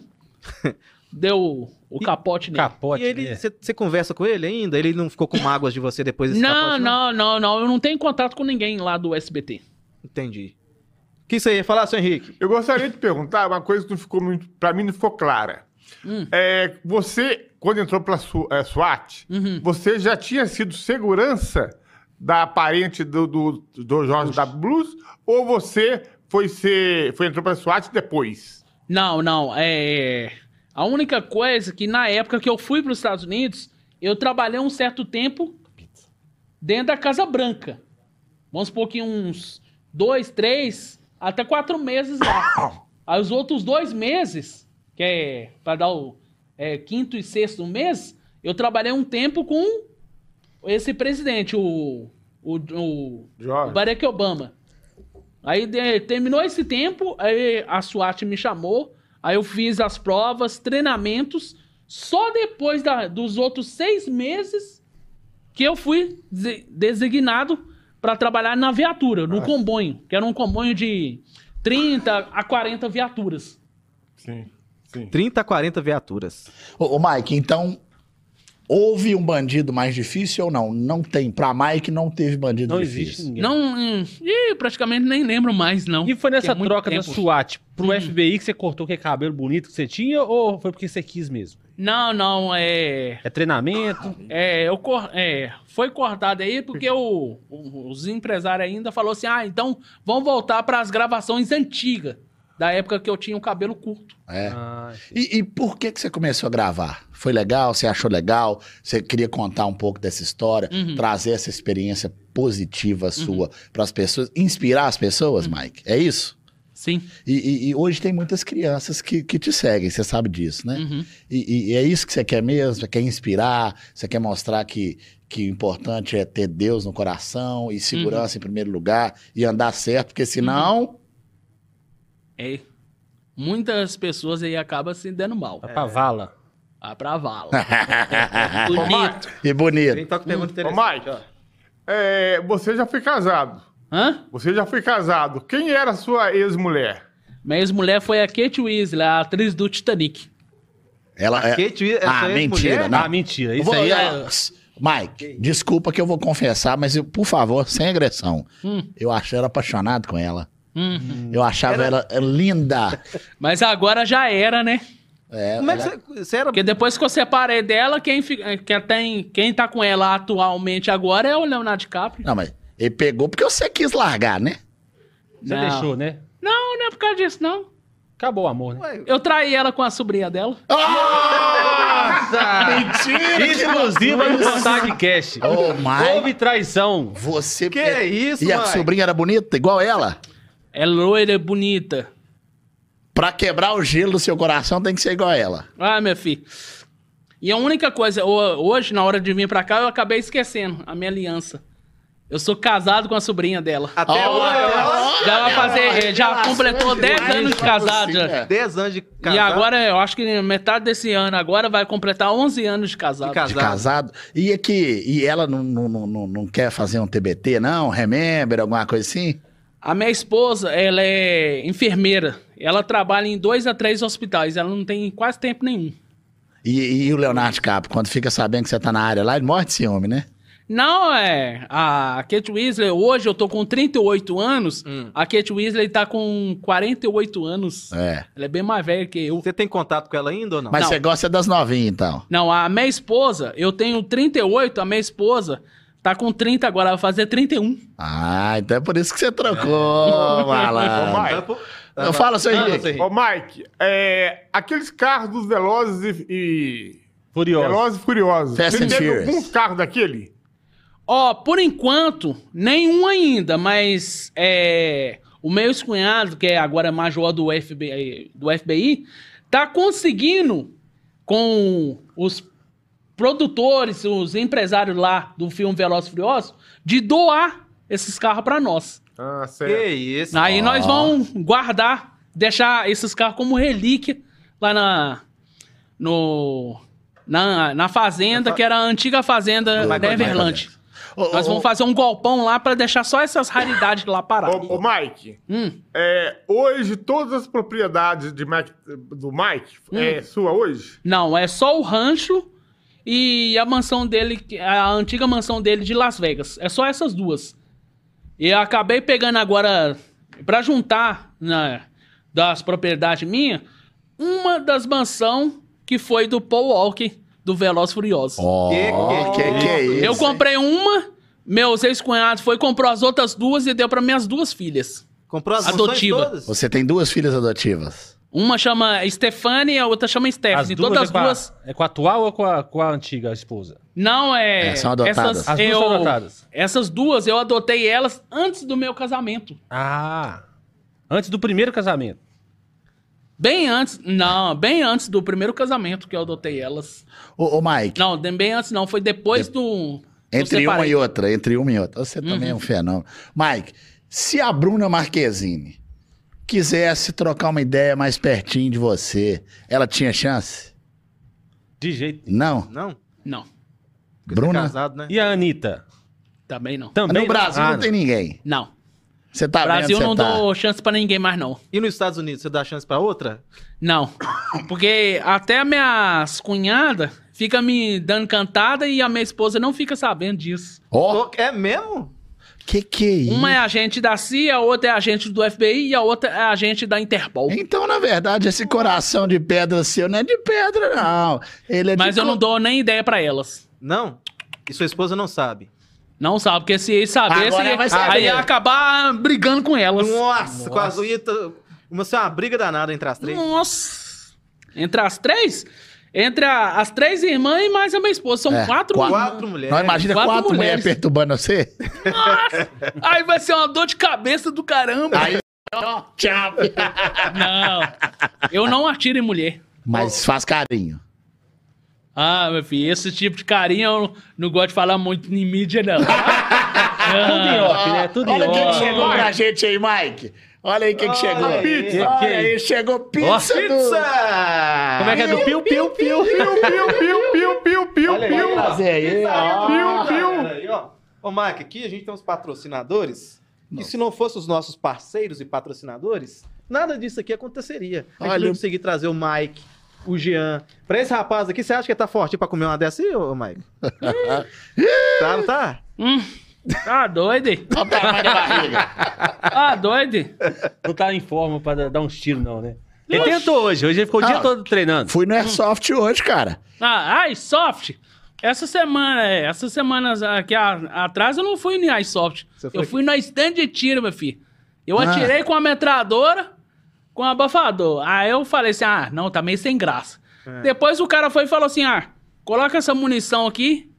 S4: deu o capote nele.
S3: Capote,
S2: e ele,
S4: é.
S3: né?
S2: você você conversa com ele ainda? Ele não ficou com mágoas de você depois desse
S4: Não,
S2: capote,
S4: não, não, não, eu não tenho contato com ninguém lá do SBT.
S2: Entendi. O que você ia falar, seu Henrique?
S5: Eu gostaria de perguntar uma coisa que não ficou muito. Pra mim não ficou clara.
S4: Hum.
S5: É, você, quando entrou pra Su- é, SWAT, você já tinha sido segurança da parente do, do, do Jorge W. Blues? Ou você foi ser. Foi, entrou pra SWAT depois?
S4: Não, não. É. A única coisa que na época que eu fui para os Estados Unidos, eu trabalhei um certo tempo dentro da Casa Branca. Vamos supor que uns dois, três, até quatro meses lá. Aí os outros dois meses, que é para dar o é, quinto e sexto mês, eu trabalhei um tempo com esse presidente, o, o, o o
S5: Jorge.
S4: Barack Obama. Aí de- terminou esse tempo, aí a SWAT me chamou, aí eu fiz as provas, treinamentos. Só depois da- dos outros seis meses que eu fui de- designado para trabalhar na viatura, no comboio, que era um comboio de 30 a 40 viaturas.
S5: Sim, sim.
S2: 30 a 40 viaturas.
S1: Ô, ô, Mike, então, houve um bandido mais difícil ou não? Não tem. Pra Mike, não teve bandido
S3: Não
S1: difícil.
S3: existe ninguém.
S4: Não, hum, ih, praticamente nem lembro mais não.
S3: E foi nessa
S4: Tem é muito
S3: troca da
S4: tempo.
S3: SWAT pro FBI que você cortou que é cabelo bonito que você tinha ou foi porque você quis mesmo?
S4: Não, não, é
S3: É treinamento?
S4: É, eu cor- é, foi cortado aí porque o- o- os empresários ainda falou assim: ah, então vamos voltar para as gravações antigas, da época que eu tinha o cabelo curto.
S1: É.
S3: Ah,
S1: E, e por que, que você começou a gravar? Foi legal? Você achou legal? Você queria contar um pouco dessa história,
S4: Uhum.
S1: trazer essa
S4: Uhum.
S1: experiência positiva sua pras pessoas, inspirar as pessoas, Mike? É isso?
S4: Sim.
S1: E, e- e hoje tem muitas crianças que, que te seguem, você sabe disso, né?
S4: Uhum.
S1: E, e- e é isso que você quer mesmo, você quer inspirar, você quer mostrar que, que o importante é ter Deus no coração e
S4: Uhum.
S1: segurança em primeiro lugar e andar certo, porque senão...
S4: É. Muitas pessoas aí acabam se dando mal.
S3: A pavala.
S4: Ah, pra vala. Bonito.
S1: e bonito.
S2: toca tá pergunta
S5: Ô, Mike. É, você já foi casado.
S4: Hã?
S5: Você já foi casado. Quem era a sua ex-mulher?
S4: Minha ex-mulher foi a Kate Winslet, a atriz do Titanic.
S1: Ela é...
S2: Kate, essa
S1: Ah,
S2: ex-mulher-
S1: mentira, não.
S3: Ah, mentira.
S1: Eu
S3: Isso
S1: vou-
S3: aí é...
S1: Ah, Mike, desculpa que eu vou confessar, mas eu, por favor, sem agressão.
S4: Hum.
S1: Eu achei ela apaixonado com ela.
S4: Hum.
S1: Eu achava ela linda.
S4: Mas agora já era, né?
S1: É,
S2: Como é que
S1: ela-
S2: você, você era...
S4: Porque depois que eu separei dela, quem, fica- quem, tem, quem tá com ela atualmente agora é o Leonardo DiCaprio.
S1: Não, mas ele pegou porque você quis largar, né?
S3: Você
S4: Não.
S3: deixou, né?
S4: Não, não é por causa disso, não.
S3: Acabou o amor, né?
S2: Ué,
S4: Eu traí ela com a sobrinha dela.
S2: nossa!
S1: Mentira!
S3: Exclusiva do Contact Cash.
S1: Oh, Mike,
S3: Houve traição.
S1: você...
S2: Que é isso,
S1: E a
S2: Mike?
S1: sobrinha era bonita, igual ela?
S4: É loira, é bonita.
S1: Pra quebrar o gelo do seu coração, tem que ser igual ela.
S4: Ah, meu filho. E a única coisa, ho- hoje, na hora de vir pra cá, eu acabei esquecendo a minha aliança. Eu sou casado com a sobrinha dela.
S2: Até
S1: Ó,
S2: hoje,
S1: ó,
S4: Já vai
S1: ó,
S4: fazer-
S1: ó,
S4: já
S1: relação
S4: completou
S1: demais
S4: 10 anos de
S1: pra
S4: casado,
S1: você,
S4: já.
S1: né?
S2: 10 anos de casado.
S4: E agora, eu acho que metade desse ano agora vai completar 11 anos de casado.
S2: De casado.
S1: De casado. E é que e ela não, não, não, não- não quer fazer um TBT, não? Remember, alguma coisa assim?
S4: A minha esposa, ela é enfermeira. Ela trabalha em dois a três hospitais. Ela não tem quase tempo nenhum.
S1: E, e o Leonardo Capo, quando fica sabendo que você tá na área lá, ele morre de ciúme, né?
S4: Não, é. A Kate Weasley, hoje eu tô com 38 anos.
S2: Hum.
S4: A Kate Weasley tá com 48 anos.
S1: É.
S4: Ela é bem mais velha que eu.
S2: Você tem contato com ela ainda ou não?
S1: Mas
S4: Não.
S1: você gosta das novinhas, então.
S4: Não, a minha esposa, eu tenho 38, a minha esposa tá com 30 agora, vai fazer 31.
S1: Ah, então é por isso que você trocou, malandro.
S5: Vai.
S2: Então, pô-
S1: Não, fala, seu
S2: Fala,
S1: Henrique.
S2: seu Henrique.
S5: Ô, Mike, é, aqueles carros dos Velozes e, e-
S3: Furiosa.
S5: Velozes e Furiosos.
S1: Fast
S5: Você
S1: and
S5: teve
S1: Furious.
S5: algum carro daquele?
S4: Ó, por enquanto, nenhum ainda, mas é, o meu ex-cunhado, que é agora major do FBI, do FBI, tá conseguindo com os produtores, os empresários lá do filme Veloz e Furioso, de doar esses carros pra nós.
S5: Ah,
S2: Que
S5: certo.
S2: isso?
S4: Aí
S1: Ó.
S4: nós vamos guardar, deixar esses carros como relíquia lá na. No, na, na fazenda, que era a antiga fazenda
S1: Michael
S4: da Everland.
S1: Jackson. Ô,
S4: Nós
S1: ô,
S4: vamos fazer um golpão lá pra deixar só essas raridades lá paradas.
S5: Ô, ô, Mike,
S4: Hum,
S5: é, hoje todas as propriedades de Mike- do Mike é
S4: [laughs]
S5: sua hoje?
S4: não, é só o rancho e a mansão dele, que- a antiga mansão dele de Las Vegas. É só essas duas. E eu acabei pegando agora, pra juntar né, das propriedades minhas, uma das mansão que foi do Paul Walker, do Veloz Furioso.
S1: Ó, que, que, é isso?
S4: Eu comprei uma, meus ex-cunhados foi, comprou as outras duas e deu pra minhas duas filhas.
S2: Comprou as
S4: Adotiva.
S2: funções todas?
S1: Você tem duas filhas adotivas.
S4: Uma chama Stefani e a outra chama
S3: As
S4: Stephanie.
S3: duas
S4: Todas as
S3: é, com a-
S4: duas.
S3: é com a atual ou com a, com a antiga esposa?
S4: Não é.
S1: É, são adotadas.
S4: Essas,
S3: As duas
S4: eu,
S3: são adotadas.
S4: Essas duas eu adotei elas antes do meu casamento.
S3: Ah. Antes do primeiro casamento.
S4: Bem antes. Não, bem antes do primeiro casamento que eu adotei elas.
S1: Ô, ô Mike,
S4: Não, de- bem antes não. Foi depois do. do
S1: entre uma
S4: separei.
S1: e outra, entre uma e outra. Você também é um fenômeno. Mike, se a Bruna Marquezine quisesse trocar uma ideia mais pertinho de você, ela tinha chance?
S3: De jeito.
S1: Não?
S2: Não?
S4: Não,
S2: Porque
S1: Bruna?
S2: você é casado, né?
S3: E a Anitta?
S4: também não.
S3: Também
S1: no Brasil
S3: Ah,
S1: não tem ninguém.
S4: Não.
S1: Você tá
S4: Brasil
S1: vendo,
S4: não
S1: você tá...
S4: dou chance pra ninguém mais, não.
S2: E nos Estados Unidos, você dá chance pra outra?
S4: Não. Porque até a minhas cunhada fica me dando cantada e a minha esposa não fica sabendo disso.
S1: Ó,
S2: É mesmo?
S1: que que é isso?
S4: Uma é agente da CIA, a outra é agente do FBI e a outra é agente da Interpol.
S1: Então, na verdade, esse coração de pedra seu não é de pedra, não. Ele é
S4: Mas
S1: de
S4: eu não
S1: co-
S4: dou nem ideia pra elas.
S2: Não? E sua esposa não sabe?
S4: Não sabe, porque se saber,
S1: Agora
S4: se-
S1: vai saber.
S4: aí ia acabar brigando com elas.
S2: Nossa, quase eu ia... t- Uma, isso é uma briga danada entre as três.
S4: Nossa. Entre as três? Entre a- as três irmãs e mais a minha esposa. São
S1: É, quatro.
S4: quatro, irmãs.
S2: Quatro mulheres.
S1: Não, imagina
S4: Quatro
S1: quatro, mulheres
S4: mulheres.
S1: perturbando você?
S4: Nossa. Aí vai ser uma dor de cabeça do caramba.
S1: Aí
S4: ó, tchau. Ah, Não, eu não atiro em mulher.
S1: Mas faz carinho.
S4: Ah, meu filho, esse tipo de carinho eu não- não gosto de falar muito em mídia, [laughs] não.
S3: Tudo em off, né? Tudo em
S1: Olha quem que
S3: off.
S1: chegou pra gente aí, Mike. Olha aí quem que chegou.
S2: Olha aí.
S1: Pizza. Olha aí, chegou pizza, do...
S2: Pizza!
S3: Como é que é do piu, piu, piu?
S5: Piu, piu, piu, piu, piu, piu,
S2: Olha aí,
S5: piu.
S2: olha lá.
S1: Prazer aí, ó.
S5: Piu, piu.
S2: Peraí, ó. Ô, Mike, aqui a gente tem uns patrocinadores. E se não fossem os nossos parceiros e patrocinadores, nada disso aqui aconteceria. A gente
S1: Olha.
S2: não ia conseguir trazer o Mike, o Jean. Pra esse rapaz aqui, você acha que ele tá forte pra comer uma dessa aí, ô, Mike?
S1: [laughs]
S2: tá, não tá?
S4: Tá doido? hein?
S1: Olha o tamanho da barriga.
S4: Tá doido? hein?
S3: Não tá em forma pra dar- dar uns tiros, não, né? Ele tentou hoje, hoje ele ficou o dia
S1: Ah.
S3: todo treinando.
S1: Fui no Airsoft hoje, cara.
S4: Ah, iSoft. Essa semana, é, essa semana aqui a- atrás eu não fui no iSoft.
S2: Você foi
S4: Eu
S2: aqui?
S4: fui na stand de tiro, meu filho. Eu
S1: Ah.
S4: atirei com a metralhadora, com o abafador. Aí eu falei assim, ah, não, tá meio sem graça. Depois o cara foi e falou assim, ah, coloca essa munição aqui.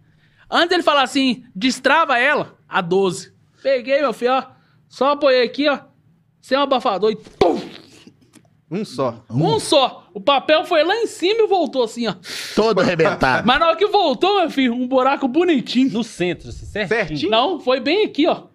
S4: Antes ele falar assim, destrava ela, a 12. Peguei, meu filho, ó. Só apoiei aqui, ó. Sem o abafador e tum!
S2: Um só.
S4: Um só. O papel foi lá em cima e voltou assim, ó.
S1: Todo arrebentado.
S4: Mas na hora que voltou, meu filho, um buraco bonitinho.
S3: No centro, assim, certinho.
S2: Certinho?
S4: Não, foi bem aqui, ó.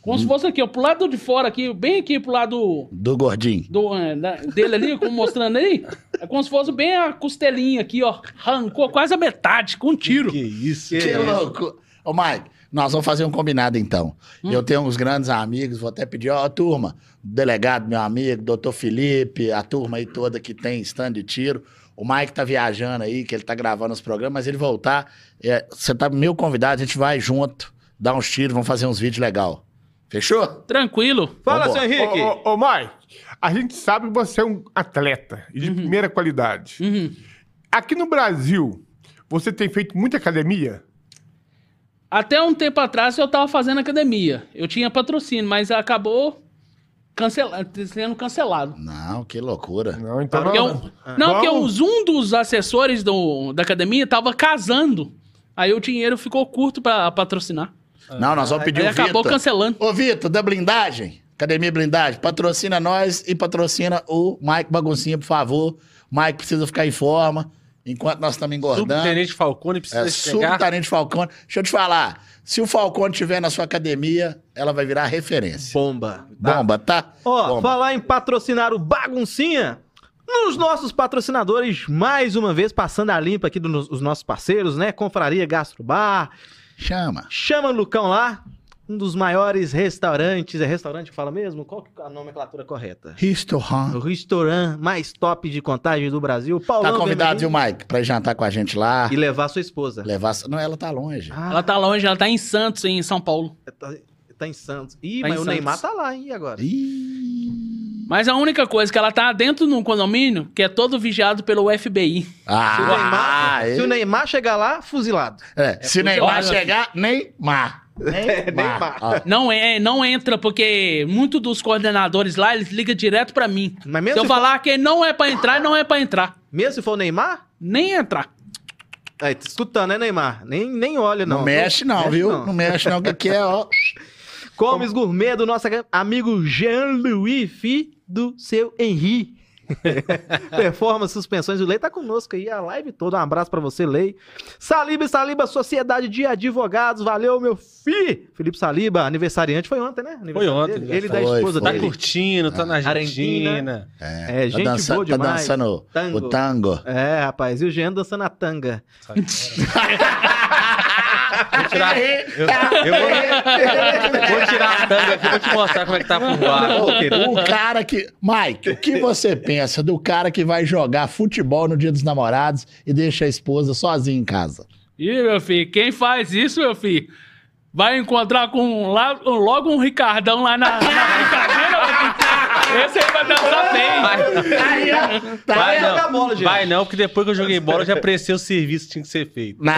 S4: Como se fosse aqui, ó, pro lado de fora aqui, bem aqui pro lado
S1: Do gordinho.
S4: do, eh, da- dele ali, como mostrando aí. É como se fosse bem a costelinha aqui, ó. Arrancou quase a metade, com um tiro.
S2: isso,
S1: Que louco. Ô, Mike, nós vamos fazer um combinado então. Eu tenho uns grandes amigos, vou até pedir, ó, turma, delegado, meu amigo, doutor Felipe, a turma aí toda que tem stand de tiro. O Mike tá viajando aí, que ele tá gravando os programas, mas ele voltar, é, você tá meu convidado, a gente vai junto, dar uns tiros, vamos fazer uns vídeos legal. Fechou?
S4: Tranquilo.
S2: Fala,
S1: Vambora.
S2: seu Henrique!
S5: Ô, ô, ô, Mike, a gente sabe que você é um atleta e de primeira qualidade.
S4: Uhum.
S5: Aqui no Brasil, você tem feito muita academia?
S4: Até um tempo atrás eu tava fazendo academia. Eu tinha patrocínio, mas acabou cancela- sendo cancelado.
S1: Não, que loucura.
S5: Não, então
S4: Porque
S5: não.
S4: eu- não, porque os-
S5: Vamos.
S4: um dos assessores do- da academia tava casando. Aí o dinheiro ficou curto pra patrocinar.
S1: Não, nós vamos pedir
S4: Aí
S1: o
S4: acabou
S1: Vitor.
S4: cancelando.
S1: Ô, Vitor, da blindagem, Academia Blindagem, patrocina nós e patrocina o Mike Baguncinha, por favor. Mike precisa ficar em forma, enquanto nós estamos engordando.
S3: Subtenente Falcone precisa
S1: É,
S3: chegar.
S1: subtenente Falcone. Deixa eu te falar, se o Falcone estiver na sua academia, ela vai virar referência.
S2: Bomba. Tá?
S1: Bomba, tá?
S2: Ó,
S1: Bomba.
S2: falar em patrocinar o Baguncinha, nos nossos patrocinadores, mais uma vez, passando a limpa aqui dos os nossos parceiros, né? Confraria Gastrobar,
S1: Chama.
S2: chama o Lucão lá, um dos maiores restaurantes, é restaurante que fala mesmo? Qual que é a nomenclatura correta? O
S1: Restaurant.
S2: restaurante mais top de contagem do Brasil, Paulão
S1: Tá convidado, viu,
S2: Vermelhinho,
S1: Mike, pra ir jantar com a gente lá.
S2: E levar sua esposa.
S1: Levar... Não, ela tá longe.
S2: Ah,
S4: Ela tá longe, ela tá em Santos, em São Paulo.
S2: tá, tá em Santos. Ih,
S4: Tá
S2: mas
S4: em
S2: o
S4: Santos.
S2: Neymar tá lá, hein, agora?
S1: Ih.
S4: Mas a única coisa é que ela tá dentro de um condomínio que é todo vigiado pelo FBI.
S1: Ah,
S2: Se o Neymar-
S1: é.
S2: se o Neymar chegar lá, fuzilado.
S1: É, se Neymar chegar, Neymar.
S2: Neymar.
S1: Ó,
S4: Não é, não entra, porque muito dos coordenadores lá, eles ligam direto pra mim.
S2: Mas
S4: Se
S2: mesmo
S4: eu
S2: se,
S4: falar que não é pra entrar, não é pra entrar.
S2: mesmo se for o Neymar,
S4: Nem entrar.
S2: Aí, tá escutando, né, Neymar? Nem, nem olha, não.
S1: Não, mexe não, viu? Não. mexe não, que aqui é, ó.
S2: Comes gourmet do nosso amigo Jean-Louis Fi do seu
S1: [laughs]
S2: Henri. Performance, suspensões, o Lei tá conosco aí, a live toda. Um abraço pra você, Lei. Saliba e Saliba, Sociedade de Advogados. Valeu, meu fi! Felipe Saliba, aniversariante foi ontem, né?
S3: Foi ontem,
S2: Ele, ele e da
S1: foi,
S2: esposa
S1: foi.
S3: Tá
S2: dele.
S3: curtindo, tá na
S2: Argentina.
S3: Argentina.
S1: É,
S2: [laughs] É, gente
S1: dança-
S2: boa demais.
S1: Tá dançando
S2: Tango.
S1: o tango.
S2: É, rapaz, e o Jean dançando a tanga.
S3: Vou tirar, eu, eu vou, vou tirar a tanga aqui, vou te mostrar como é que tá por
S1: Ô,
S3: baixo.
S1: o cara que. Mike, o que
S2: [laughs]
S1: você pensa do cara que vai jogar futebol no dia dos namorados e deixa a esposa sozinha em casa?
S4: Ih, meu filho, quem faz isso, meu filho? Vai encontrar com um lá- logo um Ricardão lá na, na brincadeira, meu filho. Esse aí vai dançar bem.
S3: Vai,
S1: Aí, ó. Tá
S3: vai,
S1: vendo?
S2: jogar bola,
S3: não.
S2: gente.
S3: vai não, porque depois que eu joguei bola, eu já apreciei o serviço que tinha que ser feito.
S1: Não.
S2: [laughs]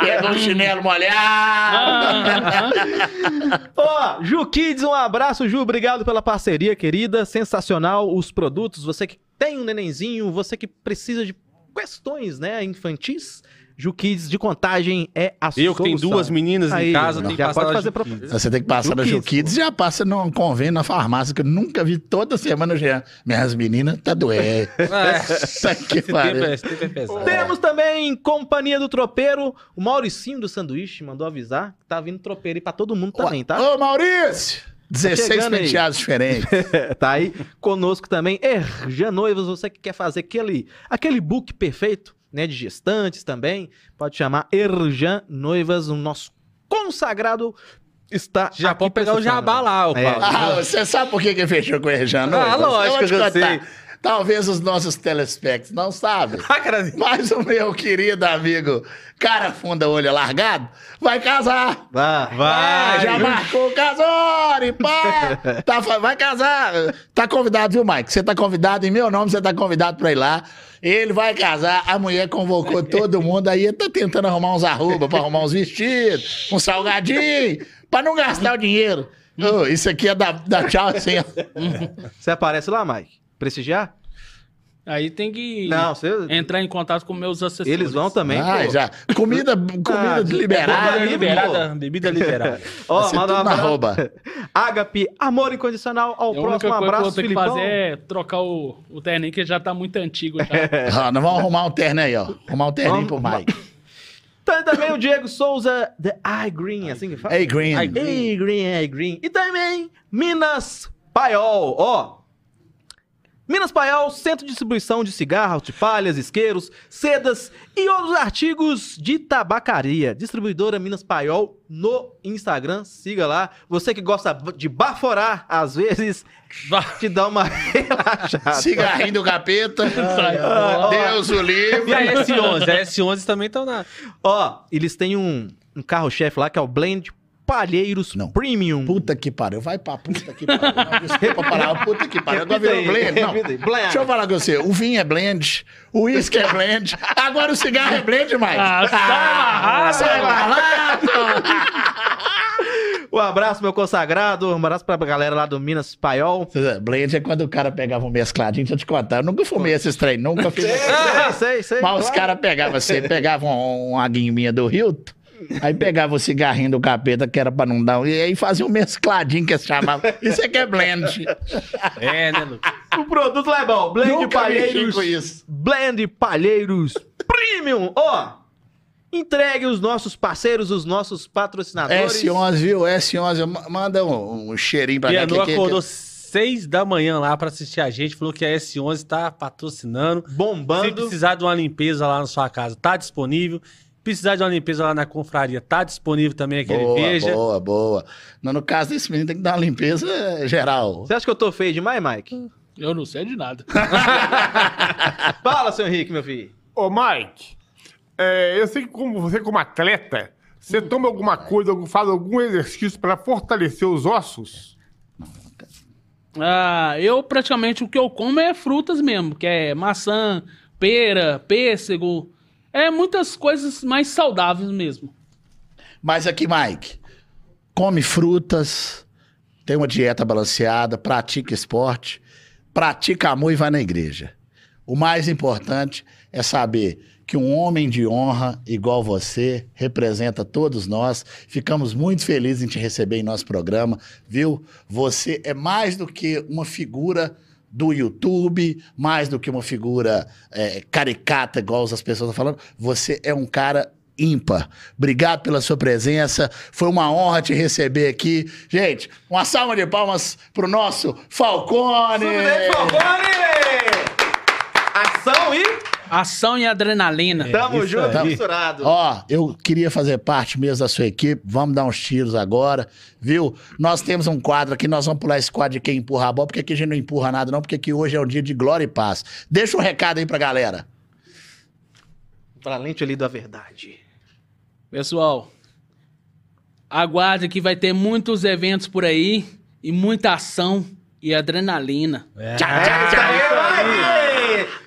S1: Pega um chinelo molhado.
S4: Ah,
S2: Ó, Ju Kids, um abraço, Ju. Obrigado pela parceria, querida. Sensacional os produtos. Você que tem um nenenzinho, você que precisa de questões, né, infantis. Juquides de contagem é a
S3: Eu que
S2: solução.
S3: tenho duas meninas
S2: Aí,
S3: em casa,
S2: não.
S3: tem que
S2: Já
S3: passar
S2: pode
S3: na
S2: fazer
S3: Ju
S2: pro-
S3: Kids.
S1: Você tem que passar na
S3: Juquiz,
S1: Juquides e já passa num convênio na farmácia, que eu nunca vi toda semana já. Minhas meninas tá
S2: [laughs]
S1: doendo.
S3: Ah, é.
S1: Essa que
S3: Esse tempo é-
S1: pariu.
S3: esse tempo é pesado.
S2: Temos também Companhia do Tropeiro. O Mauricinho do Sanduíche mandou avisar que tá vindo tropeiro aí pra todo mundo também, tá?
S1: Ô, Maurício!
S3: Tá
S1: 16
S2: chegando aí.
S1: penteados
S3: [laughs]
S1: diferentes.
S2: tá aí conosco também. Erja Noivas, você que quer fazer aquele, aquele book perfeito, né? De gestantes também, pode chamar Erjan Noivas, o nosso consagrado está
S3: Já
S2: aqui
S3: pode pegar o
S2: essa
S3: jabá
S2: semana.
S3: lá, o
S2: É.
S3: Paulo.
S2: [laughs]
S1: Ah, você sabe por que que fechou com o Erjano?
S3: Ah, lógico
S1: vou te
S3: que eu
S1: contar.
S3: sei.
S1: Talvez os nossos telespects não sabem.
S3: Ah, cara,
S1: Mas o meu querido amigo, cara funda olho largado, vai casar.
S2: Vai,
S1: Ah, já
S3: vai.
S1: marcou o casório,
S2: [laughs]
S1: pá! Tá, fa- vai casar. Tá convidado, viu, Mike? Você tá convidado, em meu nome você tá convidado pra ir lá. Ele vai casar, a mulher
S2: [laughs]
S1: convocou todo mundo, aí ele tá tentando arrumar uns arroba pra arrumar uns vestidos, um salgadinho, pra não gastar o dinheiro. Ô, isso aqui é da, da tchau assim, ó.
S2: Você aparece lá, Mike? Prestigiar?
S4: Aí tem que
S2: Não, você-
S4: entrar em contato com meus assessores.
S2: eles vão [laughs] também.
S1: Ah,
S2: pô.
S1: já. Comida, comida
S2: Ah,
S1: liberada.
S3: Bebida
S2: livre,
S3: liberada, bebida liberada.
S1: Vai
S2: [laughs] Ó,
S1: ser
S2: manda um
S1: tudo na
S2: abraço.
S1: arroba.
S2: [laughs] Ágape, amor incondicional. Ao
S4: É A
S2: próximo
S4: única coisa que eu vou
S2: abraço,
S4: ter que
S2: Filipão.
S4: fazer é trocar o, o terninho, que já tá muito antigo. Já.
S1: Ah,
S2: [laughs]
S1: nós vamos arrumar um terno aí, ó. Arrumar um terninho pro
S2: Vamos-
S1: Mike.
S2: [laughs] Tem também o Diego Souza, The Eye Green, assim que fala.
S1: Ei, Green.
S3: Ai,
S2: Ei, Green, ei, Green. E também Minas Paiol, ó. Minas Paiol, centro de distribuição de cigarros, de palhas, isqueiros, sedas e outros artigos de tabacaria. Distribuidora Minas Paiol no Instagram, siga lá. Você que gosta de baforar, às vezes, te dá uma [laughs] relaxada.
S1: [laughs] Cigarrinho do capeta. Deus o livre.
S3: E a S11? A S11 também estão na.
S2: Ó, eles têm um, um carro-chefe lá que é o Blend Palheiros
S1: Não.
S2: Premium.
S1: Puta que pariu, vai pra puta que pariu. Não, desculpa a [laughs] palavra, puta que pariu. Agora
S2: Repita
S1: virou
S2: aí,
S1: blend. Não.
S2: repita aí. [laughs] Blend.
S1: Deixa eu falar com você. O vinho é blend, o uísque é blend, agora o cigarro é blend, Mike.
S4: Ah, sai amarrado.
S1: sai amarrado.
S2: Um abraço, meu consagrado. Um abraço pra galera lá do Minas Paiol.
S1: Blend é quando o cara pegava um mescladinho, deixa eu te contar. Eu nunca fumei esses trem, nunca fiz. Ah.
S2: Sei, sei, sei.
S1: Mas os caras pegavam você, pegavam um, uma guiminha do Hilton, aí pegava o cigarrinho do capeta que era pra não dar. um- E aí fazia um mescladinho que eles chamavam. Isso aqui é blend.
S3: É, né,
S2: [laughs]
S3: Lucas?
S2: O produto lá é bom. Blend
S1: Nunca mexi
S2: Palheiros.
S1: com isso.
S2: Blend Palheiros Premium. Ó, entregue os nossos parceiros, os nossos patrocinadores.
S1: S11, viu? S11, ma- manda um, um cheirinho pra
S3: Pianu
S1: cá. que- que-
S3: acordou seis da manhã lá pra assistir a gente, falou que a S11 tá patrocinando. Se
S2: Bombando.
S3: precisar de uma limpeza lá na sua casa, tá disponível. Precisar de uma limpeza lá na confraria, tá disponível também
S1: que-
S3: aquele
S1: Boa,
S3: veja.
S1: boa, boa. Não, no caso desse menino, tem que dar uma limpeza eh, geral.
S2: Você acha que eu tô feio demais, Mike?
S4: Eu não sei de nada.
S2: Fala, seu Henrique, meu filho.
S5: Ô, Mike, é, eu sei que como você, como atleta, você toma alguma coisa, algum- faz algum exercício para fortalecer os ossos?
S4: Ah, eu praticamente o que eu como é frutas mesmo, que é maçã, pera, pêssego. É muitas coisas mais saudáveis mesmo.
S1: Mas aqui, Mike, come frutas, tem uma dieta balanceada, pratica esporte, pratica amor e vai na igreja. O mais importante é saber que um homem de honra igual você representa todos nós. Ficamos muito felizes em te receber em nosso programa, viu? Você é mais do que uma figura do YouTube, mais do que uma figura é, caricata, igual as pessoas estão falando. Você é um cara ímpar. Obrigado pela sua presença. Foi uma honra te receber aqui. Gente, uma salva de palmas pro nosso Falcone.
S2: Fluminense Falcone! Ação e
S4: Ação e adrenalina.
S2: tamo
S3: isso
S2: junto,
S3: aí.
S2: misturado.
S1: É, Ó, eu queria fazer parte mesmo da sua equipe. Vamos dar uns tiros agora, viu? Nós temos um quadro aqui, nós vamos pular esse quadro de quem empurra a bola, porque aqui a gente não empurra nada, não, porque aqui hoje é um dia de glória e paz. Deixa um recado aí pra galera.
S2: Pra lente ali da verdade.
S4: Pessoal, aguarde que vai ter muitos eventos por aí e muita ação e adrenalina.
S3: É.
S1: Tchau, tchau, tchau.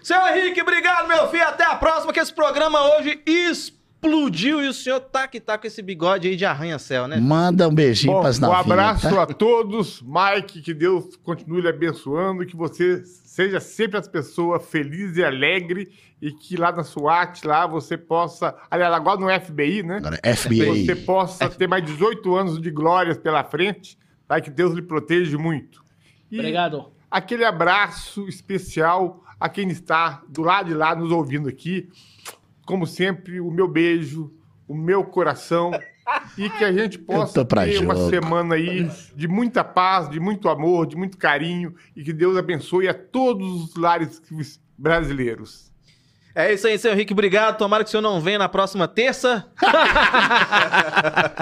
S2: Seu Henrique, obrigado, meu filho. Até a próxima, que esse programa hoje explodiu. explodiu e o senhor tá que tá com esse bigode aí de arranha-céu, né?
S1: Manda um beijinho
S5: Bom,
S1: pras
S5: um
S1: novinhas.
S5: abraço
S1: tá?
S5: a todos. Mike, que Deus continue lhe abençoando, que você seja sempre as pessoas feliz e alegre e que lá na SWAT, lá você possa, aliás, agora no FBI, né?
S1: Agora, é
S5: Que
S1: FBI.
S5: você possa ter mais 18 anos de glórias pela frente, tá? Que Deus lhe proteja muito. E
S4: Obrigado.
S5: aquele abraço especial a quem está do lado de lá nos ouvindo aqui. Como sempre, o meu beijo, o meu coração e que a gente possa
S1: tô pra
S5: ter uma
S1: jogo.
S5: semana aí de muita paz, de muito amor, de muito carinho e que Deus abençoe a todos os lares brasileiros.
S2: É isso aí, seu Henrique. Obrigado. Tomara que o senhor não venha na próxima terça.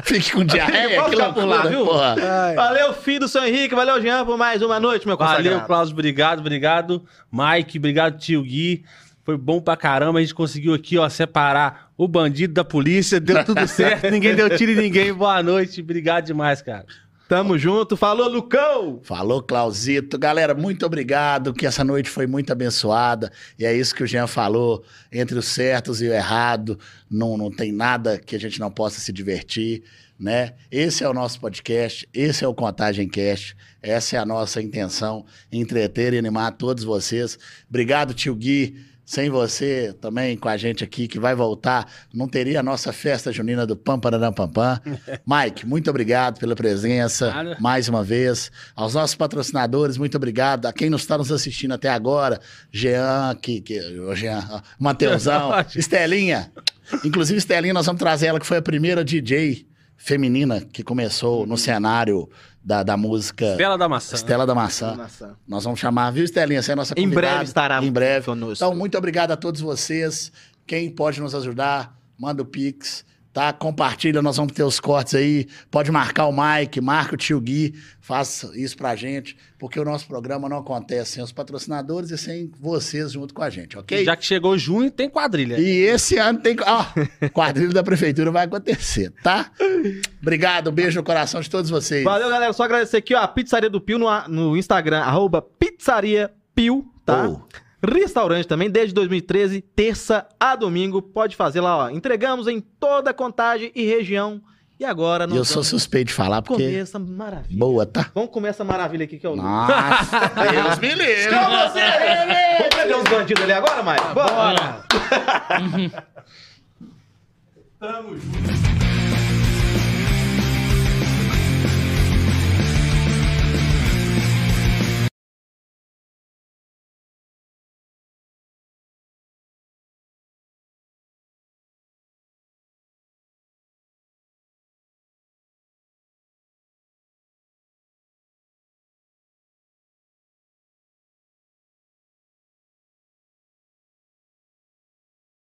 S1: Fique com
S5: É,
S1: diarreia,
S2: Vamos
S1: que
S2: calcular,
S1: loucura,
S2: viu?
S1: porra.
S2: Valeu, filho do seu Henrique. Valeu, Jean, por mais uma noite, meu
S3: Valeu,
S2: consagrado.
S3: Cláudio. Obrigado, obrigado. Mike, obrigado, tio Gui. Foi bom pra caramba. A gente conseguiu aqui, ó, separar o bandido da polícia.
S1: [laughs]
S3: Deu tudo certo. ninguém deu tiro em ninguém. Boa noite. Obrigado demais, cara.
S2: Tamo junto. Falou, Lucão!
S1: Falou, Clausito. Galera, muito obrigado, que essa noite foi muito abençoada. E é isso que o Jean falou, entre os certos e o errado, não, não tem nada que a gente não possa se divertir, né? Esse é o nosso podcast, esse é o Contagem Cast, essa é a nossa intenção, entreter e animar todos vocês. Obrigado, tio Gui. Sem você também com a gente aqui, que vai voltar, não teria a nossa festa junina do Pam Pararam Pam Pam. Mike, muito obrigado pela presença
S4: Nada.
S1: mais uma vez. Aos nossos patrocinadores, muito obrigado. A quem nos está nos assistindo até agora, Jean, que, que, o Jean, ó, Mateusão,
S2: [laughs]
S1: Estelinha. Inclusive, Estelinha, nós vamos trazer ela, que foi a primeira DJ feminina que começou no cenário da, da música
S3: Bela da maçã.
S1: Estela da Maçã. Nós vamos chamar, viu, Estelinha? Você é a nossa
S2: Em
S1: convidada.
S2: breve estará
S1: Tá. Em breve.
S2: conosco.
S1: Então, muito obrigado a todos vocês. Quem pode nos ajudar, manda o Pix, tá? Compartilha, nós vamos ter os cortes aí. Pode marcar o Mike, marca o tio Gui, faça isso pra gente, porque o nosso programa não acontece sem os patrocinadores e sem vocês junto com a gente, ok?
S3: Já que chegou junho, tem quadrilha.
S1: E esse ano tem. Ó, [laughs] quadrilho da prefeitura vai acontecer, tá? Obrigado, um beijo no coração de todos vocês.
S2: Valeu, galera. Só agradecer aqui, ó, a Pizzaria do Pio no, no Instagram, arroba Pizzaria Pio, tá?
S1: Oh.
S2: Restaurante também, desde 2013, terça a domingo. Pode fazer lá, ó. Entregamos em toda a contagem e região. E agora
S1: E eu sou suspeito de falar, porque.
S2: comer essa maravilha.
S1: Boa, tá?
S2: Vamos comer essa maravilha aqui que é o Lucas.
S1: Nossa, [laughs] Deus me livre.
S2: Vamos prender os bandidos ali agora, Maicon? Bora!
S4: Bora.
S2: Tamo junto.